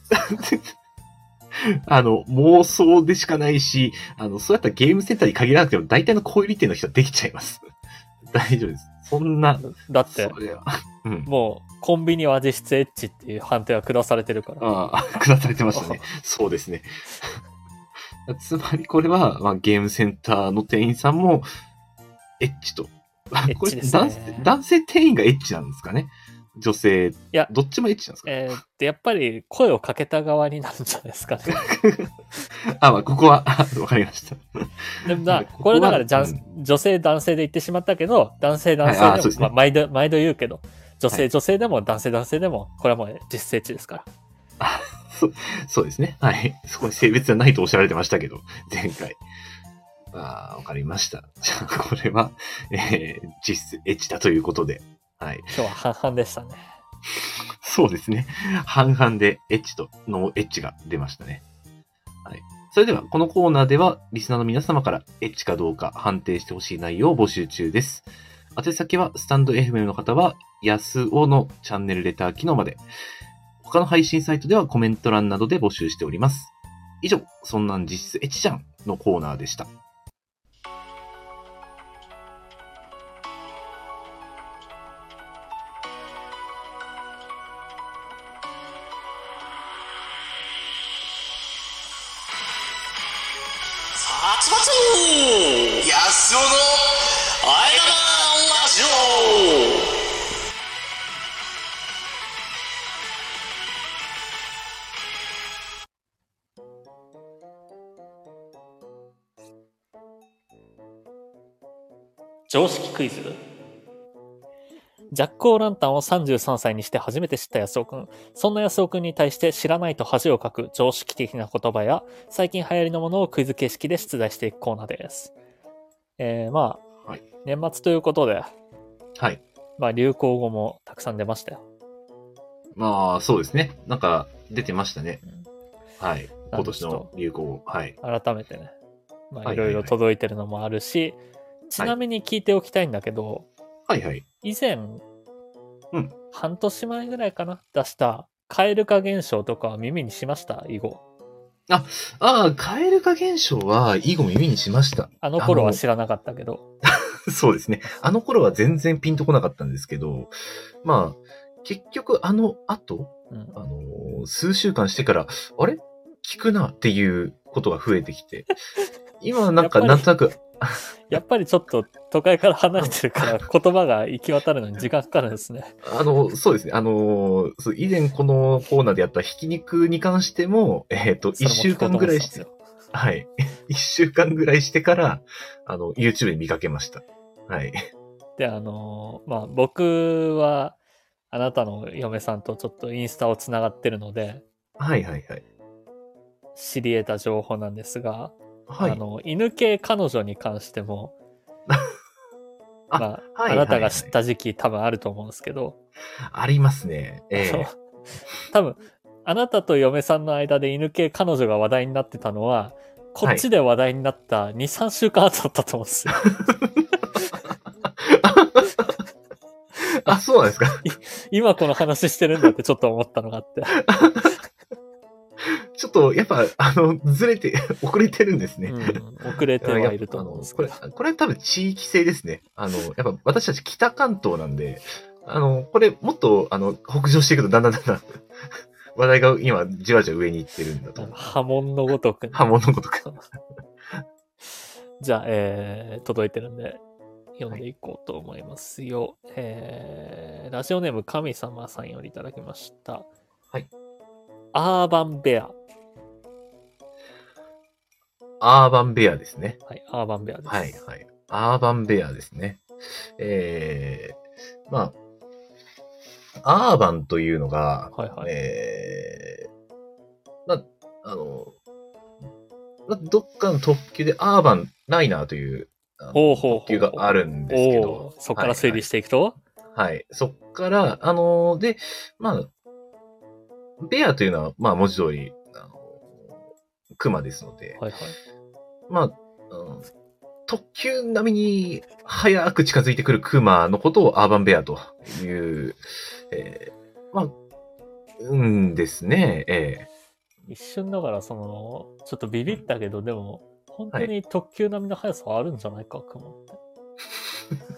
C: あの、妄想でしかないし、あの、そうやったらゲームセンターに限らなくても、大体の小売り店の人はできちゃいます。 大丈夫です。そんな、
A: だって
C: そ、れは。うん。
A: もう、コンビニは実質エッチっていう判定は下されてるから。
C: ああ、 下されてましたね。そうですね。 つまりこれは、まあ、ゲームセンターの店員さんも、エッチと。
A: エッチですね
C: これ男性男性店員がエッチなんですかね女性。い
A: や
C: どっちもエッチなんですか、
A: えー、で、やっぱり声をかけた側になるんじゃないです かね。
C: あ、まあ、ここは、 あわかりました。
A: でもな、これだからじゃん、
C: う
A: 女性、男性で言ってしまったけど、男性、男性でも、
C: はいあそうですね
A: まあ、毎度、毎度言うけど、女性、
C: は
A: 女性でも、男性、男性でも、これはもう実性値ですから。
C: そうですね。はい。そこに性別じゃないとおっしゃられてましたけど、前回。ああ、わかりました。じゃあ、これは、えー実質エッチだということで。はい。
A: 今日は半々でしたね。
C: そうですね。半々でエッチとノーエッチが出ましたね。はい。それでは、このコーナーでは、リスナーの皆様からエッチかどうか判定してほしい内容を募集中です。宛先は、スタンド FM の方は、やすおのチャンネルレター機能まで。他の配信サイトではコメント欄などで募集しております。以上、そんなん実質エッチじゃんのコーナーでした。
D: 集まっちゃおう安尾のあえがまラジオ
A: 常識クイズジャック・オー・ランタンを33歳にして初めて知った安尾くん。そんな安尾くんに対して知らないと恥をかく常識的な言葉や最近流行りのものをクイズ形式で出題していくコーナーです。えー、まあ、
C: はい
A: 年末ということで、
C: はい。
A: まあ流行語もたくさん出ましたよ。
C: まあ、そうですね。なんか、出てましたね。はい。
A: な
C: 今
A: んで
C: 年
A: ちょ
C: の流行語。はい。
A: 改めてね、まあ
C: はい
A: いろ
C: はいはい
A: いろ届いてるのもあるし、ちなみに聞いておきたいんだけど、
C: はいはい。
A: 以前、
C: うん
A: 半年前ぐらいかな出した蛙化現象とかは耳にしました以後
C: ああ、カエル化現象は、以後耳にしました。
A: あの頃
C: あ
A: は
C: の
A: 知らなかったけど
C: そうですね。あの頃は全然ピンとこなかったんですけど、まあ、結局あの後、
A: うん
C: あのー数週間してから、あれ聞くなっていうことが増えてき て、今はなんか
A: や
C: な
A: っ
C: んとなく、
A: やっぱりちょっと都会から離れてるから言葉が行き渡るのに時間かかるんですね
C: あの、そうですね、あのーそう以前このコーナーでやったひき肉に関しても、えっ、と、
A: それも
C: 一週間ぐらいし
A: 聞
C: て
A: こ、う
C: はい。 一週間ぐらいしてから、あの、YouTube で見かけました。はい。
A: と思ってであのーまあ僕はあなたの嫁さんとちょっとインスタをつながってるので
C: はいはいはい。
A: 知り得た情報なんですが、
C: はい。
A: あの犬系彼女に関しても
C: あ
A: まあ、
C: はい
A: あなたが知った時期多分あると思うんですけど、
C: ありますね。え
A: そう
C: え
A: 多分あなたと嫁さんの間で犬系彼女が話題になってたのはこっちで話題になった23週間後だったと思うんですよ、
C: あ、そうなんですか。
A: 今この話してるんだってちょっと思ったのがあって
C: ちょっと、やっぱ、あの、ずれて、 遅れてるんです ね。
A: うん遅れて
C: やっぱ
A: はいると思うんですけど
C: あのこれ、これは多分地域性ですね。あの、やっぱ私たち北関東なんで、あの、これもっと、あの、北上していくとだんだんだん だん、話題が今、じわじわ上に行ってるんだと思う。
A: 波紋のごとく
C: 刃物とか。
A: じゃあ、えー届いてるんで読んでいこうと思いますよ、えーラジオネーム神様さんよりいただきました
C: はい
A: アーバンベア
C: アーバンベアですね。
A: はいアーバンベアです、
C: はい、はい。アーバンベアですね。ええまあ、アーバンというのが、
A: はいはい
C: えーまあ、あの、まあ、どっかの特急でアーバンライナーというあの
A: ほうほうほう
C: 特急があるんですけ
A: お
C: ど
A: ー、そこから推理していくと、
C: はい、はいはいそっから、あの、で、まあ、ベアというのは、まあ、文字通り、あの、熊ですので、
A: はいはい。
C: まあ、うん特急並みに早く近づいてくるクマのことをアーバンベアという、えーまあ、うんですね、え
A: 一瞬だから、その、ちょっとビビったけど、でも、本当に特急並みの速さはあるんじゃないか、雲って。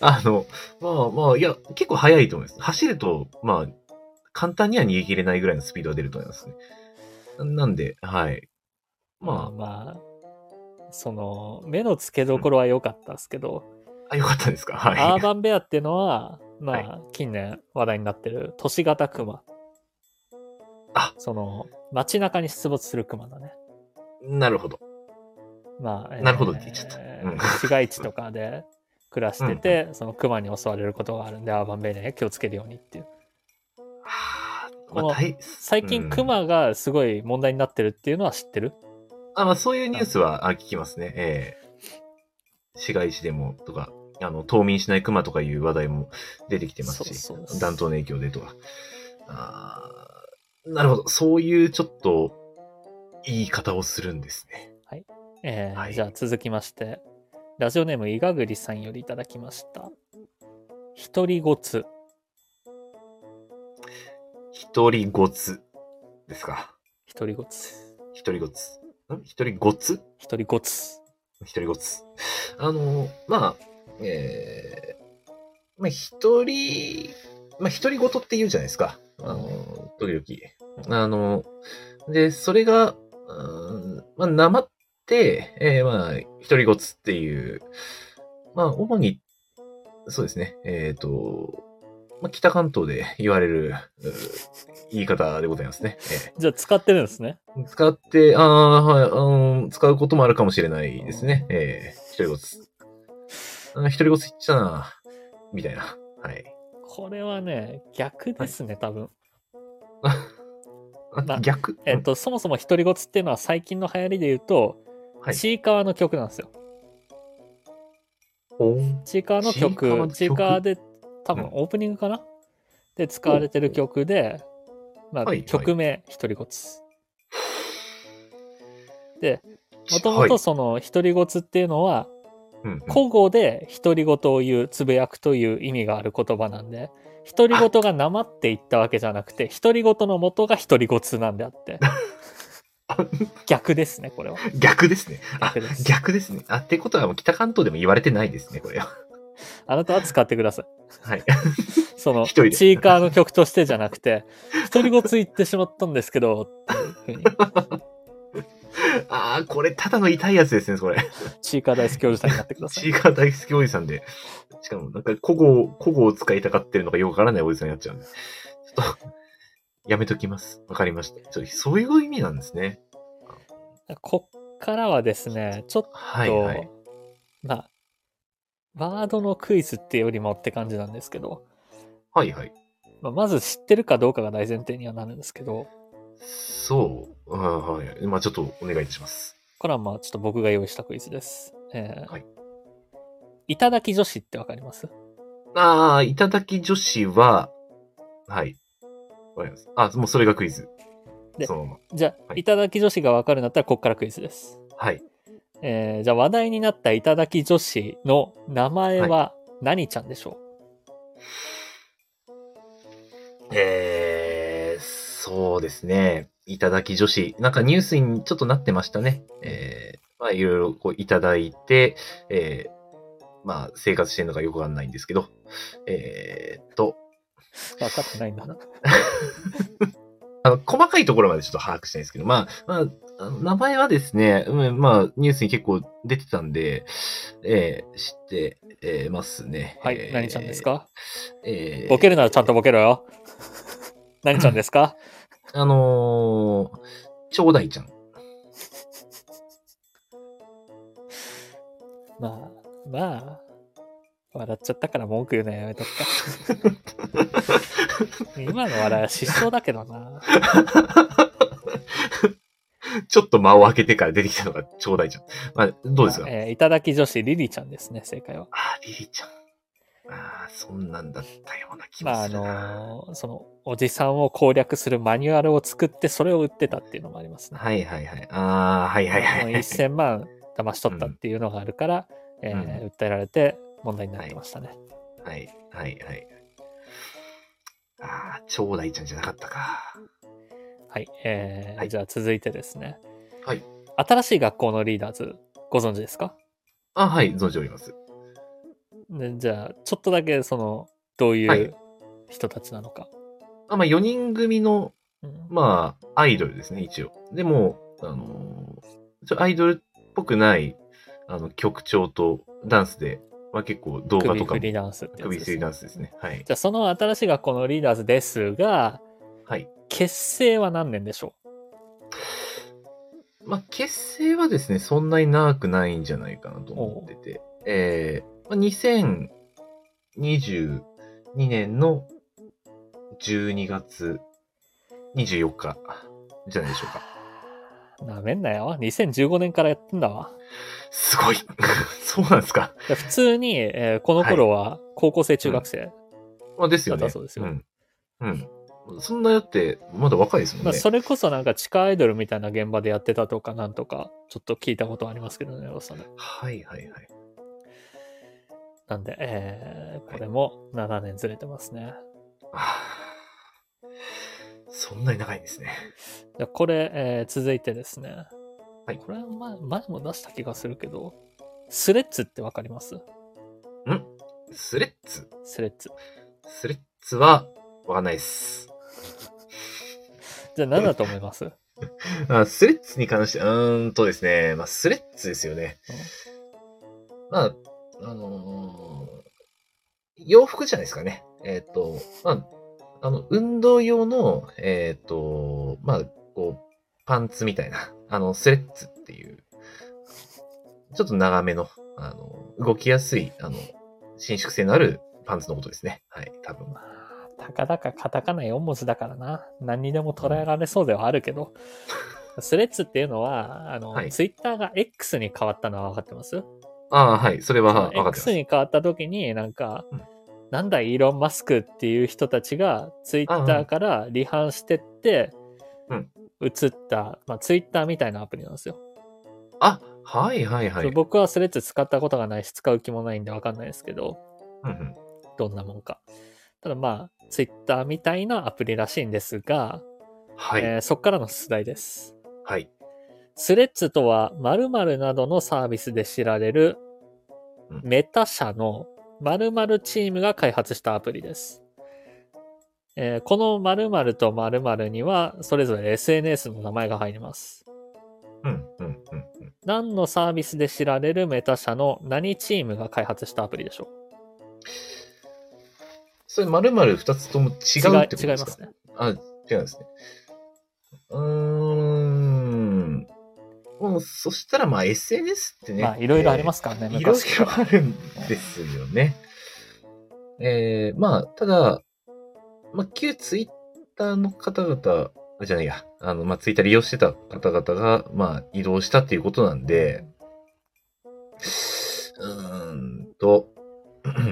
C: あの、まあまあ、いや、結構速いと思います。走ると、まあ、簡単には逃げ切れないぐらいのスピードが出ると思いますね。なんで、はい。ま
A: まあ、その、目の付けどころは良かったですけど、
C: あ、よかったですか。はい。
A: アーバンベアっていうのは、ま
C: は
A: あ、近年話題になってる都市型クマ。
C: あ
A: その、街中に出没するクマだね。
C: なるほど。
A: まあ、
C: なるほどって言っちゃったうん
A: 市街地とかで暮らしてて、そのクマに襲われることがあるんで、アーバンベアには気をつけるようにっていう。
C: はあ
A: この
C: まあ大
A: 最近、ク
C: うん
A: マがすごい問題になってるっていうのは知ってる
C: あ、まあ、そういうニュースはあ聞きますね。ええ市街地でもとか、あの、冬眠しない熊とかいう話題も出てきてますし、
A: そうそうそう
C: 暖冬の影響でとか。あーなるほど。そういうちょっと、言い方をするんですね。
A: えー
C: はい
A: じゃあ続きましてラジオネームいがぐりさんよりいただきました独りごつ
C: 一人ごつですか。
A: 独りごつ
C: 一人ごつ。ん一人ごつ
A: 独りごつ
C: 一人ごつ。あの、まあ、えーまあ、一人、まあ、一人ごとって言うじゃないですか。あの、時々。あの、で、それが、うーんまあ、なまって、えーまあ、一人ごつっていう、まあ、主に、そうですね、えっ、と、まあ、北関東で言われる、うー言い方でございますね。えー
A: じゃあ使ってるんですね
C: 使って、ああ、はい、あの、使うこともあるかもしれないですね。ええ一人ごつ。あー一人ごつ言っちゃな、みたいな。はい。
A: これはね逆ですね多分
C: あ
A: まあ
C: 逆
A: えっ、と、そもそも独りごつっていうのは最近の流行りで言うと、
C: はい
A: ちいかわの曲なんですよ
C: うんおー
A: ちいかわの
C: ちいかわ
A: 曲
C: の曲
A: ちいかわで多分
C: うん
A: オープニングかな、で使われてる曲で、まあ
C: はいはい
A: 曲名独りごつでもと
C: は
A: も
C: い
A: とその独り言っていうのは
C: うんうん
A: 古語で独り言を言うつぶやくという意味がある言葉なんで独り言がなまっていったわけじゃなくて独り言の元が独り言なんであって逆ですねこれは
C: 逆ですね。あ
A: 逆です、
C: 逆ですね。あ、ってことはもう北関東でも言われてないですね、これは。
A: あなたは使ってください
C: はい。
A: その
C: 一人で
A: チーカーの曲としてじゃなくて独り言言ってしまったんですけどっていう ふうに
C: ああ、これただの痛いやつですね、これ。
A: チーカー大好き教授さんになってくださ
C: チ
A: い
C: ーカー大好きおじさんで。しかも、なんか古語を、古語を使いたがってるのかよくわからないおじさんになっちゃうんで。ちょっと、やめときます。わかりました。ちょっとそういう意味なんですね。
A: こっからはですねちょっ
C: はい
A: と、
C: はい。
A: まあ、ワードのクイズっていうよりもって感じなんですけど、
C: はいはい。
A: まあ、まず知ってるかどうかが大前提にはなるんですけど、
C: そう。はいはい。まあちょっとお願いいたします。
A: これはまあちょっと僕が用意したクイズです。えー
C: はい
A: いただき女子ってわかります
C: ああ、いただき女子は、はい。わかります。あ、もうそれがクイズ。
A: で
C: そのまま。
A: じゃあ、
C: はい
A: い、ただき女子がわかるんだったらこっからクイズです。
C: はい。
A: えーじゃあ話題になったいただき女子の名前は何ちゃんでしょ
C: えー、そうですね。いただき女子。なんかニュースにちょっとなってましたね。えー、まあいろいろこういただいて、えー、まあ生活してるのかよくわかんないんですけど。えーっと、
A: うわかってないんだな。
C: あの、細かいところまでちょっと把握してないんですけど、まあ、まああの、名前はですね、うん、まあ、ニュースに結構出てたんで、えー、知って、えーますね。
A: はい、
C: えー
A: 何ちゃんですか
C: えー
A: ボケるならちゃんとボケろよ。何ちゃんですか
C: あのー、ちょうだいちゃん。
A: まあ、まあ、笑っちゃったから文句言うのやめとく か。今の笑いは失笑だけどな。
C: ちょっと間を空けてから出てきたのがちょうだいちゃん。まあ、どうですか、
A: えーいただき女子リリちゃんですね、正解は。
C: あー、リリちゃん。ああ、そんなんだったような気
A: まあ、
C: も
A: あ
C: するな。
A: のーその、おじさんを攻略するマニュアルを作って、それを売ってたっていうのもありますね。
C: はいはいはい。ああ、はいはいは
A: もう
C: い。
A: 1000万騙し取ったっていうのがあるから、えー訴えられて問題になってましたね。
C: はいはいはい。ああ、ちょうだいちゃんじゃなかったか。
A: はい。えー
C: はい
A: じゃあ続いてですね。
C: はい。
A: 新しい学校のリーダーズ、ご存知ですか
C: あ、はい、存じております。
A: でじゃあ、ちょっとだけ、その、どうい
C: は
A: う
C: い
A: 人たちなのか。
C: あまあ、4人組の、
A: うん
C: まあ、アイドルですね、一応。でも、あのーちょアイドルっぽくない、あの、曲調とダンスで、まあ結構動画
A: 首
C: と
A: 振
C: かも、
A: りダンスってやつ
C: 首
A: で
C: 振
A: す
C: り
A: ね。
C: ダンスですね。はい。
A: じゃあ、その新しい学校のリーダーズですが、
C: はい。
A: 結成は何年でしょ
C: まあ、結成はですね、そんなに長くないんじゃないかなと思ってて、えーまあ、2022年の12月24日じゃないでしょうか。
A: うなめんなよ。2015年からやってんだわ。
C: すごい そうなんですか。
A: で普通に、えーこの頃は高校生、中学生。
C: まあ、ですよ
A: だった
C: ね。
A: そうですよ
C: ん。うん。そんなだって、まだ若いですもん
A: まあ
C: ね。
A: それこそなんか地下アイドルみたいな現場でやってたとかなんとか、ちょっと聞いたことありますけどね、噂で
C: はいはいはい。
A: なんで、えーこれも7年ずれてますね。
C: あーそんなに長いんですね。
A: でこれ、えー続いてですね。
C: はい
A: これは前前も出した気がするけど、スレッツってわかります
C: スレッツ
A: スレッツ。
C: スレッツは、わかんないです。
A: じゃあ何だと思います
C: あスレッツに関して、うーんとですね、まあ、スレッツですよね。まあ、あのー洋服じゃないですかね。えっ、と、まあ、あの、運動用の、えっ、と、まあ、こう、パンツみたいな、あの、スレッツっていう、ちょっと長めの、あの、動きやすい、あの、伸縮性のあるパンツのことですね。はい、多分。
A: まあ、たかだかカタカナ4文字だからな。何にでも捉えられそうではあるけど。スレッツっていうのは、あの、
C: はい
A: ツイッターが X に変わったのは分かってます
C: ああ、はい、それは分かってま
A: X
C: す。
A: に変わった時になんか、
C: うん
A: なんだイーロン・マスクっていう人たちがツイッターから離反してって、
C: うん
A: 移った、まあ、ツイッターみたいなアプリなんですよ、
C: あ、はい、はい、はい。
A: そう僕はスレッズ使ったことがないし使う気もないんでわかんないですけど
C: うんうん
A: どんなもんかただまあツイッターみたいなアプリらしいんですが、
C: はい、
A: えーそっからの出題です
C: はい。
A: スレッズとは、〇〇などのサービスで知られる
C: うん
A: メタ社の〇〇チームが開発したアプリです。えーこの〇〇と〇〇には、それぞれ SNS の名前が入ります。
C: うん、うん、うん。うん
A: 何のサービスで知られるメタ社の何チームが開発したアプリでしょう
C: それ、まるまる二つとも違うってこと
A: 違い違
C: で
A: います
C: か
A: すね。
C: あ、違うんですね。うーん。もう、そしたら、まあ、SNS ってね。、
A: まあ、いろいろありますすからね、
C: いろい
A: 昔から
C: ろあるんですよね。えー、まあ、ただ、まあ、旧ツイッターの方々、あじゃないや、あの、まあ、ツイッター利用してた方々が、まあ、移動したっていうことなんで、うーんと、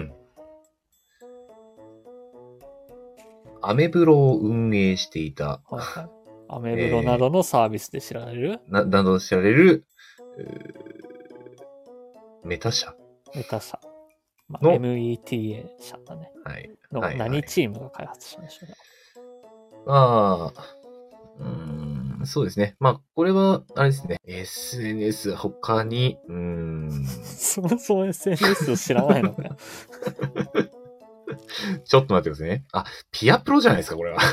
C: アメブロを運営していた、
A: はいはいアメブロなどのサービスで知られる
C: な、などと知られる、うーメタ社
A: メタ社。まあ、
C: の
A: META 社だね。
C: はい。
A: の
C: はいはい
A: 何チームが開発したんでしょうか、
C: まあ、うーん、そうですね。まあ、これは、あれですね。SNS 他に、うーん、
A: そもそも SNS を知らないのかよ。
C: ちょっと待ってくださいね。あ、ピアプロじゃないですか、これは。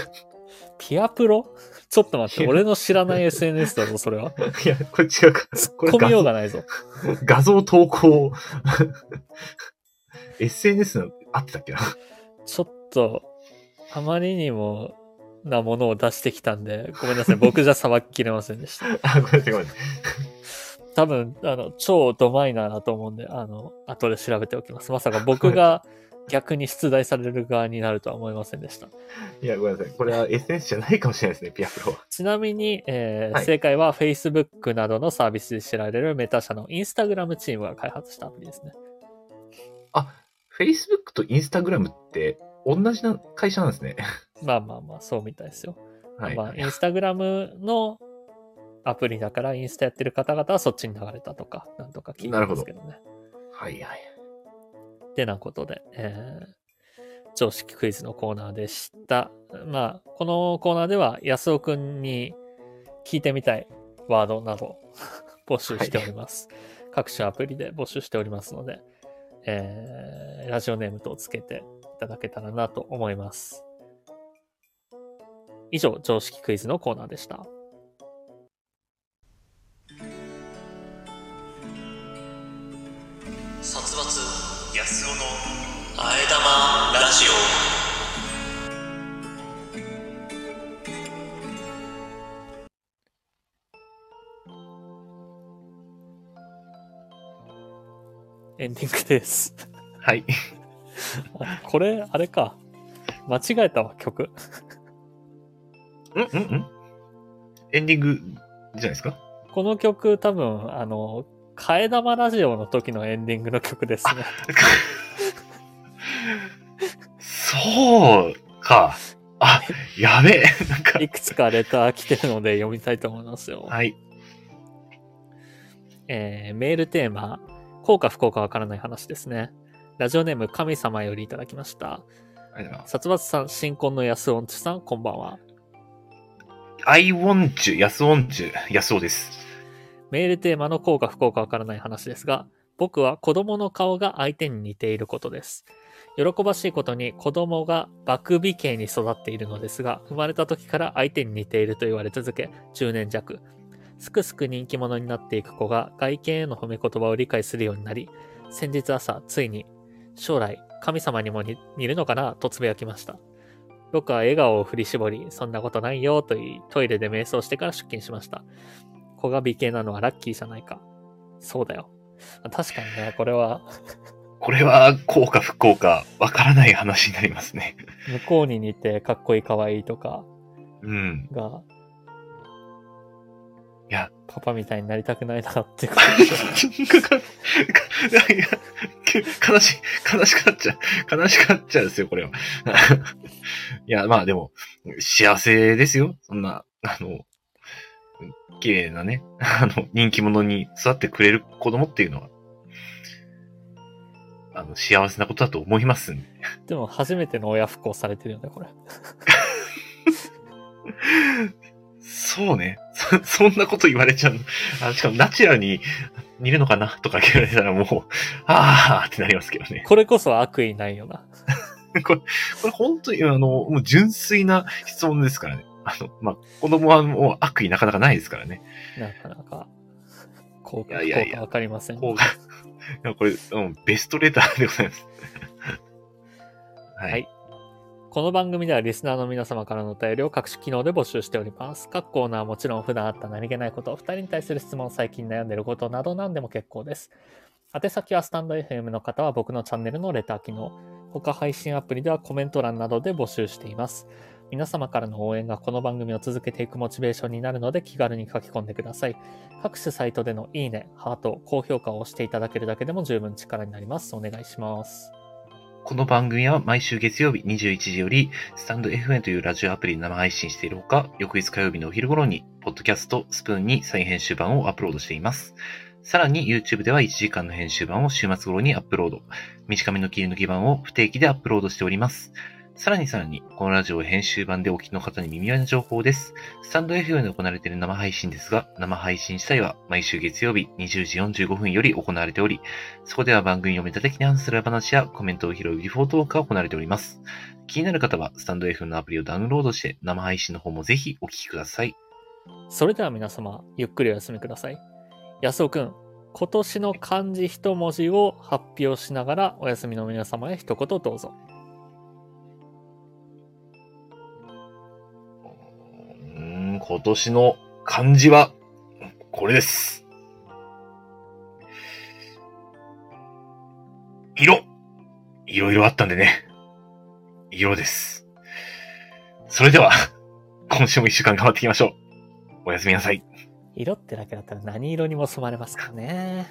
A: ピアプロちょっと待っ
C: い
A: て、
C: や
A: 俺の知らない SNS だぞ、それは。
C: いや、 これ違うか。これ
A: 込みようがないぞ。
C: 画像投稿。SNS なんてあってたっけな。
A: ちょっと、あまりにもなものを出してきたんで、ごめんなさい、僕じゃさばききれませんでした。
C: あ、ごめんなさい、ごめんなさい。
A: 多分、あの、超ドマイナーだと思うんで、あの、後で調べておきます。まさか僕が逆に出題される側になるとは思いませんでした。
C: いや、ごめんなさい。これは SNS じゃないかもしれないですね、ピアプロは。
A: ちなみに、えー
C: はい
A: 正解は Facebook などのサービスで知られるメタ社の Instagram チームが開発したアプリですね。
C: あ、Facebook と Instagram って同じな会社なんですね。
A: まあまあまあ、そうみたいですよ。
C: はい。
A: まあ、Instagram のアプリだから、インスタやってる方々はそっちに流れたとか、なんとか聞いたんですけどね。
C: はいはい。
A: ってなことで、えー常識クイズのコーナーでした。まあ、このコーナーでは安尾くんに聞いてみたいワードなど 募集しております。各種アプリで募集しておりますので、えー、ラジオネームとつけていただけたらなと思います。以上、常識クイズのコーナーでした。
D: 殺伐安尾のあえ玉ラジオ
A: エンディングです。
C: はい。
A: あこれ、あれか。間違えたわ、曲。
C: うんうんうん。エンディングじゃないですか
A: この曲、多分、あの、替え玉ラジオの時のエンディングの曲です ね。
C: そうか。あ、やべえ。なんか、
A: いくつかレター来てるので読みたいと思いますよ。
C: はい。
A: えーメールテーマ、効果不効果わからない話ですね。ラジオネーム神様よりいただきました。
C: ありがとうございます
A: 殺伐さん、新婚の安音ちさん、こんばんは。
C: I want you, 安音中、安尾です。
A: メールテーマの効果不効果わからない話ですが、僕は子供の顔が相手に似ていることです。喜ばしいことに子供が爆美形に育っているのですが、生まれた時から相手に似ていると言われ続け、10年弱。すくすく人気者になっていく子が外見への褒め言葉を理解するようになり、先日朝、ついに、将来、神様にも似似るのかなとつぶやきました。僕は笑顔を振り絞り、そんなことないよと言い、トイレで瞑想してから出勤しました。子が美形なのはラッキーじゃないか。そうだよ。確かにね、これは、
C: これは、効果不効果、わからない話になりますね。
A: 向こうに似てかっこいいかわいいとか
C: うん。
A: が、
C: いや、
A: パパみたいになりたくないなっていうこ
C: か
A: とで
C: かか いやけ悲しい、悲しくなっちゃう。悲しくなっちゃうんですよ、これは。 いや、まあでも、幸せですよ。そんな、あの、綺麗なね、あの、人気者に育ってくれる子供っていうのは、あの、幸せなことだと思いますんで。
A: でも初めての親不幸されてるよね、これ。
C: そうね。 そ、そんなこと言われちゃうの。あしかもナチュラルに似るのかなとか言われたらもう、 ああってなりますけどね。
A: これこそ悪意ないよな。
C: これ本当に、あの、もう純粋な質問ですからね。あの、まあ、子供はもう悪意なかなかないですからね。
A: なかなか、効
C: い
A: 果、
C: や
A: 効
C: いやいや
A: 果わかりません。
C: こうが、 いやこれ、うん、ベストレターでございます。はい。
A: はいこの番組ではリスナーの皆様からのお便りを各種機能で募集しております。各コーナーはもちろん普段あった何気ないこと、お二人に対する質問、最近悩んでいることなど何でも結構です。宛先はスタンド FM の方は僕のチャンネルのレター機能、他配信アプリではコメント欄などで募集しています。皆様からの応援がこの番組を続けていくモチベーションになるので気軽に書き込んでください。各種サイトでのいいね、ハート、高評価を押していただけるだけでも十分力になります。お願いします。
C: この番組は毎週月曜日21時より、スタンド FN というラジオアプリに生配信しているほか、翌日火曜日のお昼頃に、ポッドキャスト、スプーンに再編集版をアップロードしています。さらに YouTube では1時間の編集版を週末頃にアップロード。短めの切り抜き版を不定期でアップロードしております。さらにさらに、このラジオを編集版でお聞きの方に耳寄りな情報です。スタンド FM で行われている生配信ですが、生配信自体は毎週月曜日20時45分より行われており、そこでは番組をメタ的に話す裏話やコメントを拾うリフォートークが行われております。気になる方は、スタンド FM のアプリをダウンロードして、生配信の方もぜひお聞きください。
A: それでは皆様、ゆっくりお休みください。安尾くん、今年の漢字一文字を発表しながら、お休みの皆様へ一言どうぞ。
C: うーん、今年の漢字は、これです。色いろいろあったんでね。色です。それでは、今週も一週間頑張っていきましょう。おやすみなさい。
A: 色ってだけだったら何色にも染まれますからね。